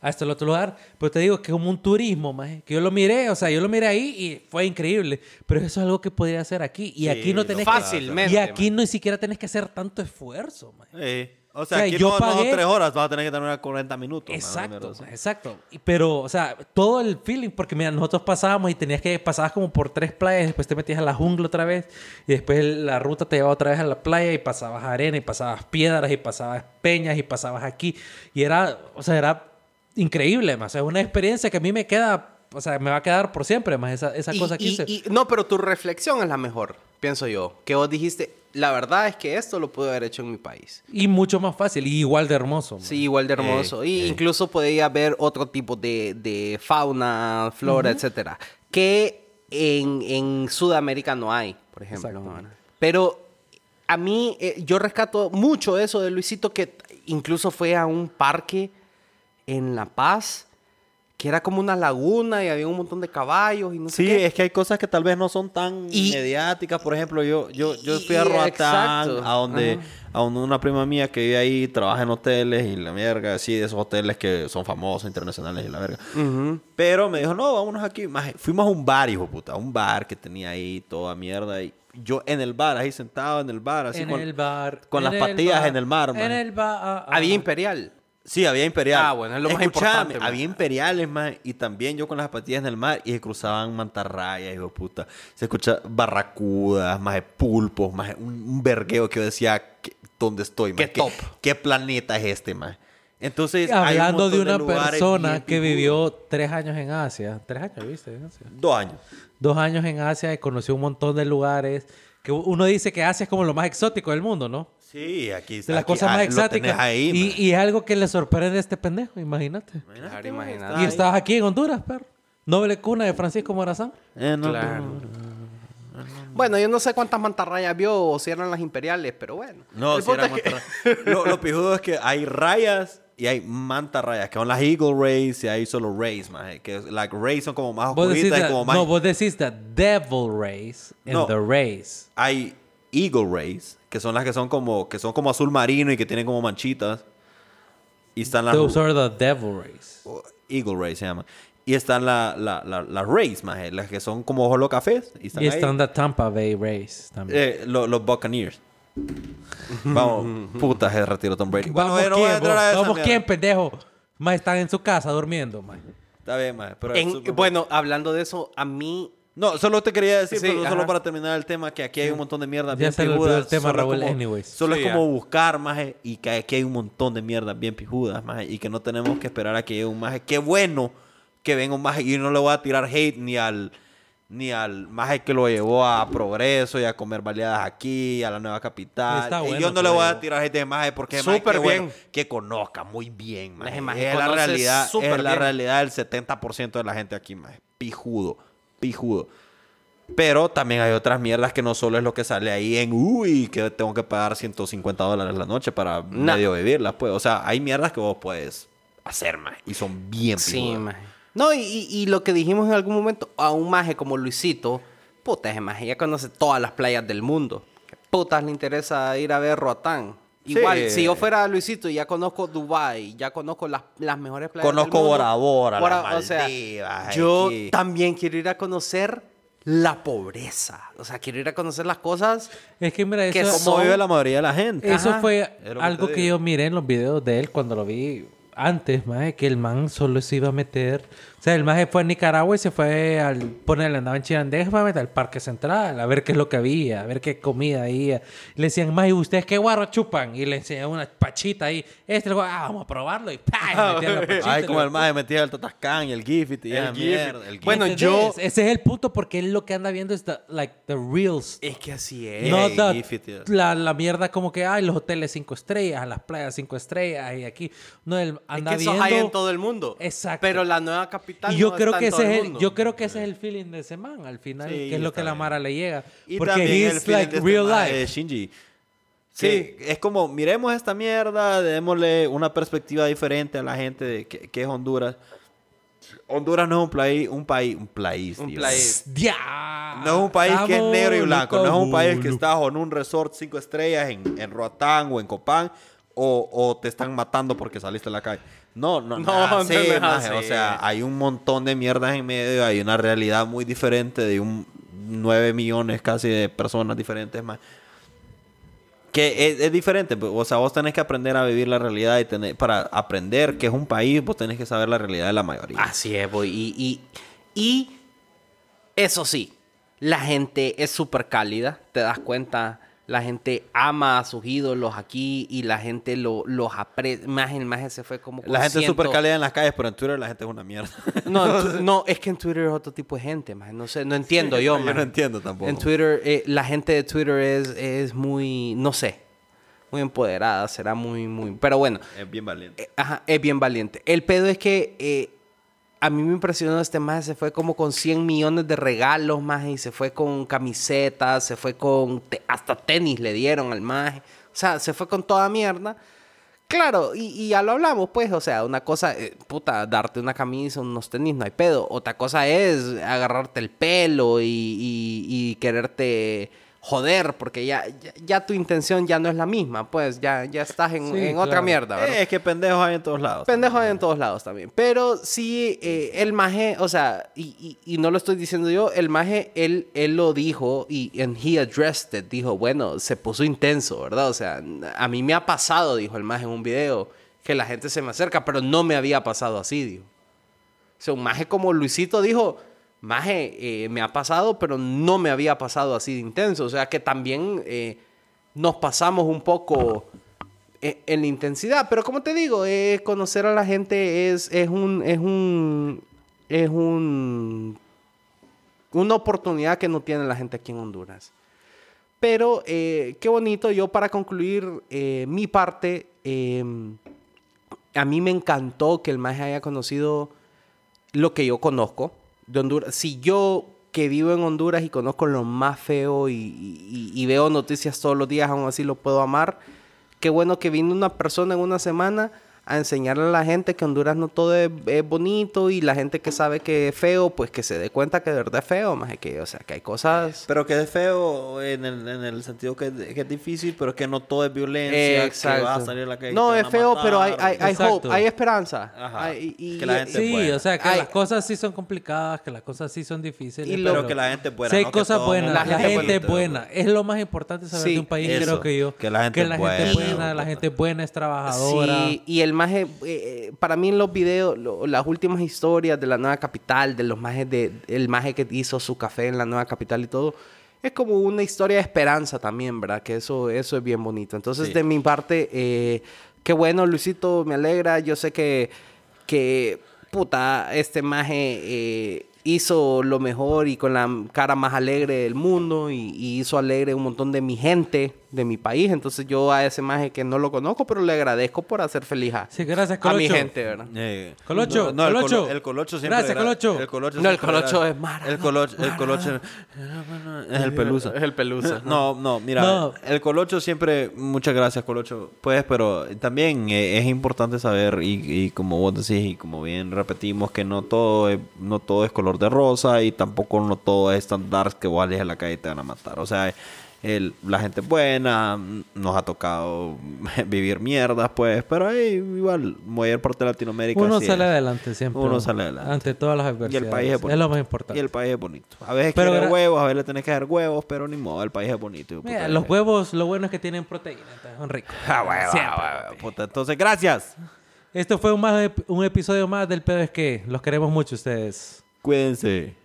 Speaker 1: hasta el otro lugar. Pero te digo que es como un turismo, más que yo lo miré, o sea, yo lo miré ahí y fue increíble. Pero eso es algo que podría hacer aquí. Y
Speaker 3: Sí,
Speaker 1: aquí no tenés
Speaker 2: fácilmente.
Speaker 1: que... Y aquí no ni siquiera tenés que hacer tanto esfuerzo, man.
Speaker 3: Sí. O sea,
Speaker 1: O sea,
Speaker 3: aquí
Speaker 1: yo
Speaker 3: no, no son
Speaker 1: pagué-
Speaker 3: tres horas, vas a tener que terminar 40 minutos. man, una mierda
Speaker 1: Exacto,
Speaker 3: así.
Speaker 1: exacto. Y- Pero, o sea, todo el feeling, porque mira, nosotros pasábamos y tenías que, pasabas como por tres playas, después te metías a la jungla otra vez, y después el- la ruta te llevaba otra vez a la playa y pasabas arena y pasabas piedras y pasabas peñas y pasabas aquí. Y era, o sea, era increíble, más. O sea, es una experiencia que a mí me queda, o sea, me va a quedar por siempre, más esa, esa
Speaker 2: Y-
Speaker 1: cosa que
Speaker 2: y-
Speaker 1: hice.
Speaker 2: y- no, pero tu reflexión es la mejor, pienso yo. Que vos dijiste, la verdad es que esto lo pude haber hecho en mi país.
Speaker 1: Y mucho más fácil, y igual de hermoso. man.
Speaker 2: Sí, igual de hermoso. y
Speaker 3: eh.
Speaker 2: incluso podía haber otro tipo de, de fauna, flora, etcétera. Que en, en Sudamérica no hay, por ejemplo.
Speaker 1: Exactamente.
Speaker 2: Pero a mí, eh, yo rescato mucho eso de Luisito, que t- incluso fue a un parque en La Paz, que era como una laguna y había un montón de caballos y no sé
Speaker 3: Sí,
Speaker 2: qué.
Speaker 3: es que hay cosas que tal vez no son tan
Speaker 2: Y-
Speaker 3: mediáticas. Por ejemplo, yo, yo, yo fui a
Speaker 2: Y-
Speaker 3: Roatán,
Speaker 2: exacto.
Speaker 3: a donde,
Speaker 2: Ajá.
Speaker 3: a donde una prima mía que vive ahí trabaja en hoteles y la verga, así, de esos hoteles que son famosos, internacionales y la verga. Pero me dijo, no, vámonos aquí. Maje, fuimos a un bar, hijo de puta, un bar que tenía ahí toda mierda. Y yo en el bar, ahí sentado en el bar, así
Speaker 1: en
Speaker 3: con,
Speaker 1: el bar.
Speaker 3: con las
Speaker 1: en el
Speaker 3: patillas
Speaker 1: bar,
Speaker 3: en el mar,
Speaker 1: En
Speaker 3: maje.
Speaker 1: el bar. ah, ah,
Speaker 2: Había
Speaker 1: ah.
Speaker 2: Imperial.
Speaker 3: Sí, había imperial.
Speaker 2: Ah, bueno, es lo más importante, man.
Speaker 3: Había imperiales, man. Y también yo con las zapatillas en el mar y se cruzaban mantarrayas, hijo de puta. Se escucha barracudas, más de pulpos, más de un, un vergueo que yo decía, "¿Qué- ¿dónde estoy, man?
Speaker 2: Qué top.
Speaker 3: ¿Qué planeta es este, man? Entonces, hay un
Speaker 1: Hablando de
Speaker 3: montón
Speaker 1: una
Speaker 3: lugares bien
Speaker 1: persona que
Speaker 3: picudos.
Speaker 1: vivió tres años en Asia. Tres años, ¿viste? En Asia.
Speaker 3: Dos años.
Speaker 1: Dos años en Asia y conoció un montón de lugares. Que uno dice que Asia es como lo más exótico del mundo, ¿no?
Speaker 3: Sí, aquí
Speaker 1: De las
Speaker 3: aquí,
Speaker 1: cosas
Speaker 3: ah,
Speaker 1: más
Speaker 3: lo
Speaker 1: exóticas.
Speaker 3: tenés ahí,
Speaker 1: y,
Speaker 3: man.
Speaker 1: y es algo que le sorprende a este pendejo, imagínate.
Speaker 2: Claro,
Speaker 3: man,
Speaker 2: imagínate.
Speaker 1: Y
Speaker 3: ahí.
Speaker 1: estabas aquí en Honduras, perro. Noble cuna de Francisco Morazán.
Speaker 3: Eh, no,
Speaker 2: Claro.
Speaker 3: no,
Speaker 2: Bueno, yo no sé cuántas mantarrayas vio o si eran las imperiales, pero bueno.
Speaker 3: No,
Speaker 2: El
Speaker 3: sí
Speaker 2: punto
Speaker 3: era
Speaker 2: es que- *laughs*
Speaker 3: mantarrayas. *laughs* lo, lo pijudo es que hay rayas y hay mantarrayas, que son las Eagle Rays y hay solo Rays, más. Que es- las Rays son como más
Speaker 1: Vos decís,
Speaker 3: oscuritas y
Speaker 1: that-
Speaker 3: como más.
Speaker 1: no, vos decís the devil race and
Speaker 3: No.
Speaker 1: the race.
Speaker 3: Hay Eagle Rays, que son las que son como que son como azul marino y que tienen como manchitas. Y están las Oh,
Speaker 1: Those are the devil race.
Speaker 3: Eagle Rays se llaman. Y están la- la- la- las Rays, más, las que son como ojos cafés. Y están,
Speaker 1: Y
Speaker 3: ahí.
Speaker 1: están the Tampa Bay race también.
Speaker 3: Eh, lo- los Buccaneers. *laughs* Vamos, puta, se retiró Tom Brady.
Speaker 1: Vamos,
Speaker 3: Bueno, eh, no voy a
Speaker 1: ¿quién,
Speaker 3: entrar a
Speaker 1: vos?
Speaker 3: esa
Speaker 1: Vamos,
Speaker 3: mierda.
Speaker 1: ¿quién, pendejo? Más están en su casa durmiendo, más.
Speaker 3: Está bien, maje, pero
Speaker 2: En-
Speaker 3: el Super Bowl.
Speaker 2: bueno, hablando de eso, a mí
Speaker 3: No, solo te quería decir,
Speaker 2: Sí,
Speaker 3: pero solo
Speaker 2: ajá.
Speaker 3: para terminar el tema, que aquí hay un montón de mierdas
Speaker 1: Ya
Speaker 3: bien
Speaker 1: se le olvidó
Speaker 3: pijudas.
Speaker 1: el tema,
Speaker 3: solo es
Speaker 1: Raúl,
Speaker 3: como-
Speaker 1: anyways.
Speaker 3: Solo
Speaker 2: Sí,
Speaker 3: es como buscar, maje, y que aquí hay un montón de mierdas bien pijudas, maje, y que no tenemos que esperar a que llegue un maje. Qué bueno que venga un maje, y no le voy a tirar hate ni al ni al maje que lo llevó a Progreso y a comer baleadas aquí, a la nueva capital.
Speaker 1: Está
Speaker 3: Y
Speaker 1: bueno
Speaker 3: yo no
Speaker 1: que
Speaker 3: le
Speaker 1: lo
Speaker 3: voy a
Speaker 1: llevó.
Speaker 3: tirar hate de maje porque maje,
Speaker 2: Súper
Speaker 3: qué bueno
Speaker 2: bien.
Speaker 3: que conozca muy bien, maje.
Speaker 2: Maje, maje,
Speaker 3: es la
Speaker 2: conoce
Speaker 3: realidad, es
Speaker 2: súper
Speaker 3: la
Speaker 2: bien.
Speaker 3: realidad del 70% de la gente aquí, maje. Pijudo, pijudo. Pero también hay otras mierdas que no solo es lo que sale ahí en uy, que tengo que pagar 150 dólares la noche para
Speaker 2: Nah.
Speaker 3: medio vivirlas, pues. O sea, hay mierdas que vos puedes hacer, más y son bien
Speaker 2: Sí,
Speaker 3: pijudas.
Speaker 2: maje. No, y, y- y lo que dijimos en algún momento, a un maje como Luisito, puta ese maje ya conoce todas las playas del mundo. ¿Qué putas le interesa ir a ver Roatán?
Speaker 3: Sí.
Speaker 2: Igual, si yo fuera Luisito y ya conozco Dubai, ya conozco las, las mejores playas
Speaker 3: Conozco
Speaker 2: del mundo.
Speaker 3: Bora Bora, las
Speaker 2: o sea,
Speaker 3: Maldivas,
Speaker 2: yo
Speaker 3: aquí.
Speaker 2: también quiero ir a conocer la pobreza. O sea, quiero ir a conocer las cosas.
Speaker 1: Es que mira,
Speaker 2: Que
Speaker 1: eso,
Speaker 3: ¿Cómo
Speaker 2: son-
Speaker 3: vive la mayoría de la gente?
Speaker 1: eso
Speaker 2: Ajá.
Speaker 1: fue
Speaker 3: Es lo que
Speaker 1: algo
Speaker 3: te
Speaker 1: que,
Speaker 3: digo.
Speaker 1: yo miré en los videos de él cuando lo vi antes, maje, que el man solo se iba a meter. O sea, el maje fue a Nicaragua y se fue al ponerle andaba en Chirandés para meter al Parque Central, a ver qué es lo que había, a ver qué comida había. Le decían, maje, ¿ustedes qué guaro chupan? Y le enseñaban una pachita ahí. Este, le dijo, ah, vamos a probarlo. Y ¡pah! metían la pachita.
Speaker 3: Ah, Ay, como el más metía el Tatascan y el Gifit
Speaker 2: El
Speaker 3: y esa
Speaker 2: Gifit.
Speaker 3: mierda. el Gifit.
Speaker 2: Bueno,
Speaker 1: ¿Entendés?
Speaker 2: yo-
Speaker 1: Ese es el punto porque él lo que anda viendo es the- like, the reels
Speaker 2: Es que así es.
Speaker 3: Yeah,
Speaker 1: No,
Speaker 3: y
Speaker 1: the-
Speaker 3: Gif it, yeah.
Speaker 1: la, la mierda como que hay los hoteles cinco estrellas, las playas cinco estrellas y aquí. No, él
Speaker 2: Es
Speaker 1: anda
Speaker 2: que eso
Speaker 1: viendo.
Speaker 2: hay en todo el mundo.
Speaker 1: Exacto.
Speaker 2: Pero la nueva capital
Speaker 1: y yo
Speaker 2: no
Speaker 1: creo
Speaker 2: está
Speaker 1: que
Speaker 2: en todo
Speaker 1: ese es el,
Speaker 2: mundo.
Speaker 1: yo creo que ese es el feeling de ese man al final,
Speaker 3: Sí,
Speaker 1: que es lo que
Speaker 3: está
Speaker 1: la
Speaker 3: bien.
Speaker 1: Mara le llega.
Speaker 3: Y
Speaker 1: Porque
Speaker 3: también el
Speaker 1: he's
Speaker 3: feeling
Speaker 1: like
Speaker 3: de este
Speaker 1: real
Speaker 3: mae
Speaker 1: life.
Speaker 3: de Shinji.
Speaker 2: Sí.
Speaker 3: Sí. Es como, miremos esta mierda, démosle una perspectiva diferente a la gente de que, que es Honduras. Honduras no es un país, un país, un país.
Speaker 2: Un
Speaker 3: tío.
Speaker 2: país.
Speaker 1: Ya.
Speaker 3: No es un país que es
Speaker 1: Estamos
Speaker 3: negro y blanco. No es un país que
Speaker 1: locos.
Speaker 3: estás o en un resort cinco estrellas en, en Roatán o en Copán o, o te están matando porque saliste a la calle. No, no,
Speaker 2: No,
Speaker 3: nada
Speaker 2: no
Speaker 3: así,
Speaker 2: es
Speaker 3: maje.
Speaker 2: así.
Speaker 3: O sea, hay un montón de mierdas en medio. Hay una realidad muy diferente de un 9 millones casi de personas diferentes más. Que es, es diferente, pues, o sea, vos tenés que aprender a vivir la realidad y tener, para aprender que es un país, vos tenés que saber la realidad de la mayoría.
Speaker 2: Así es, boy. Y, y, y eso sí, la gente es súper cálida, te das cuenta. La gente ama a sus ídolos aquí y la gente lo, los aprecia. Más el más se fue como. con
Speaker 3: la gente es
Speaker 2: 100.
Speaker 3: súper cálida en las calles, pero en Twitter la gente es una mierda. *laughs*
Speaker 2: No, en tu- no, es que en Twitter es otro tipo de gente, maje. No sé, no entiendo yo,
Speaker 3: *laughs* yo no
Speaker 2: maje.
Speaker 3: entiendo tampoco.
Speaker 2: En Twitter, eh, la gente de Twitter es, es muy, no sé, muy empoderada, será muy, muy. Pero bueno,
Speaker 3: Es bien valiente.
Speaker 2: Eh, Ajá, es bien valiente. El pedo es que eh, a mí me impresionó este más, se fue como con 100 millones de regalos más y se fue con camisetas, se fue con te- hasta tenis le dieron al más. O sea, se fue con toda mierda. Claro, y, y ya lo hablamos, pues, o sea, una cosa, eh, puta, darte una camisa, unos tenis, no hay pedo. Otra cosa es agarrarte el pelo y, y- y quererte joder, porque ya, ya, ya tu intención ya no es la misma, pues, ya, ya estás en,
Speaker 1: Sí,
Speaker 2: en otra
Speaker 1: claro.
Speaker 2: mierda, ¿verdad?
Speaker 3: Eh, es que pendejos hay en todos lados.
Speaker 2: Pendejos hay en todos lados también. Pero sí, eh, el maje, o sea, y, y- y no lo estoy diciendo yo, el maje, él, él lo dijo y en he addressed it, dijo, bueno, se puso intenso, ¿verdad? O sea, a mí me ha pasado, dijo el maje en un video, que la gente se me acerca, pero no me había pasado así, dijo. O sea, un maje como Luisito dijo, maje, eh, me ha pasado, pero no me había pasado así de intenso. O sea, que también eh, nos pasamos un poco eh, en la intensidad. Pero como te digo, eh, conocer a la gente es, es un... Es un... Es un... Una oportunidad que no tiene la gente aquí en Honduras. Pero eh, qué bonito, yo para concluir eh, mi parte, eh, a mí me encantó que el Maje haya conocido lo que yo conozco de Honduras. Si yo que vivo en Honduras y conozco lo más feo y, y- y veo noticias todos los días, aún así lo puedo amar, qué bueno que vino una persona en una semana a enseñarle a la gente que Honduras no todo es, es bonito y la gente que sabe que es feo, pues que se dé cuenta que de verdad es feo, más que, o sea, que hay cosas...
Speaker 3: Pero que es feo en el, en el sentido que, que es difícil, pero que no todo es violencia. Que vas a salir a la calle y
Speaker 2: No,
Speaker 3: te
Speaker 2: es
Speaker 3: van a
Speaker 2: feo,
Speaker 3: matar.
Speaker 2: pero hay, hay, hay
Speaker 1: Exacto.
Speaker 2: hope, hay esperanza.
Speaker 3: Ajá.
Speaker 2: Hay- y- y-
Speaker 3: Que la gente-
Speaker 1: Sí,
Speaker 3: buena.
Speaker 1: o sea, que
Speaker 2: Ay.
Speaker 1: las cosas sí son complicadas, que las cosas sí son difíciles.
Speaker 2: Y lo-
Speaker 1: pero
Speaker 3: Pero que la gente es buena,
Speaker 1: Sí, hay
Speaker 3: no que
Speaker 1: cosas
Speaker 3: todo
Speaker 1: buenas.
Speaker 3: mundo-
Speaker 1: La,
Speaker 2: La gente
Speaker 1: gente es
Speaker 3: bonita.
Speaker 1: buena. Es lo más importante saber
Speaker 2: Sí,
Speaker 1: de un país,
Speaker 3: eso,
Speaker 1: creo que yo.
Speaker 3: que la gente es
Speaker 1: es
Speaker 3: buena.
Speaker 1: buena, la gente es buena, es trabajadora.
Speaker 2: eh, Sí, y el maje, eh, eh, para mí en los videos, lo- las últimas historias de la nueva capital, de los majes de, el maje que hizo su café en la nueva capital y todo, es como una historia de esperanza también, ¿verdad? Que eso, eso es bien bonito. Entonces,
Speaker 3: Sí.
Speaker 2: de mi parte, eh, qué bueno, Luisito, me alegra. Yo sé que, que puta, este maje eh, hizo lo mejor y con la cara más alegre del mundo y, y hizo alegre un montón de mi gente, de mi país. Entonces yo a ese maje que no lo conozco, pero le agradezco por hacer feliz a,
Speaker 1: Sí, gracias,
Speaker 2: a mi
Speaker 1: Colocho.
Speaker 2: gente, ¿verdad?
Speaker 3: Eh,
Speaker 1: Colocho,
Speaker 3: no, el
Speaker 1: Colocho.
Speaker 3: colo- el colocho siempre.
Speaker 1: Gracias,
Speaker 3: era-
Speaker 1: Colocho.
Speaker 3: El colocho
Speaker 2: No, el
Speaker 3: siempre
Speaker 2: Colocho
Speaker 3: era-
Speaker 2: es Mara,
Speaker 3: El
Speaker 2: no,
Speaker 3: colocho, el colocho. Es el pelusa.
Speaker 2: Es el pelusa.
Speaker 3: *laughs* No, no, mira.
Speaker 1: No.
Speaker 3: El colocho siempre. Muchas gracias, colocho. Pues, pero también eh, es importante saber, y, y como vos decís, y como bien repetimos, que e, no todo es, no todo es color color de rosa y tampoco no todo es tan dark que vos a la calle y te van a matar. O sea, el- la gente es buena, nos ha tocado *laughs* vivir mierdas, pues, pero ahí igual, mayor parte de Latinoamérica.
Speaker 1: Uno
Speaker 3: así
Speaker 1: sale
Speaker 3: es.
Speaker 1: adelante siempre.
Speaker 3: Uno sale adelante.
Speaker 1: Ante todas las
Speaker 3: Y
Speaker 1: adversidades.
Speaker 3: el país es bonito.
Speaker 1: lo más importante.
Speaker 3: Y el país es bonito. A veces
Speaker 1: Pero
Speaker 3: quiere
Speaker 1: gra-
Speaker 3: huevos, a veces le tenés que dar huevos, pero ni modo, el país es bonito. hijo de
Speaker 1: Mira,
Speaker 3: puta,
Speaker 1: los
Speaker 3: eh.
Speaker 1: huevos, lo bueno es que tienen proteína, entonces son ricos.
Speaker 3: Ah, huevo,
Speaker 1: Siempre,
Speaker 3: ah, huevo,
Speaker 1: papi.
Speaker 3: puta. Entonces, gracias.
Speaker 1: Esto fue un, más, ep- un episodio más del pedo es que los queremos mucho ustedes.
Speaker 3: Cuídense.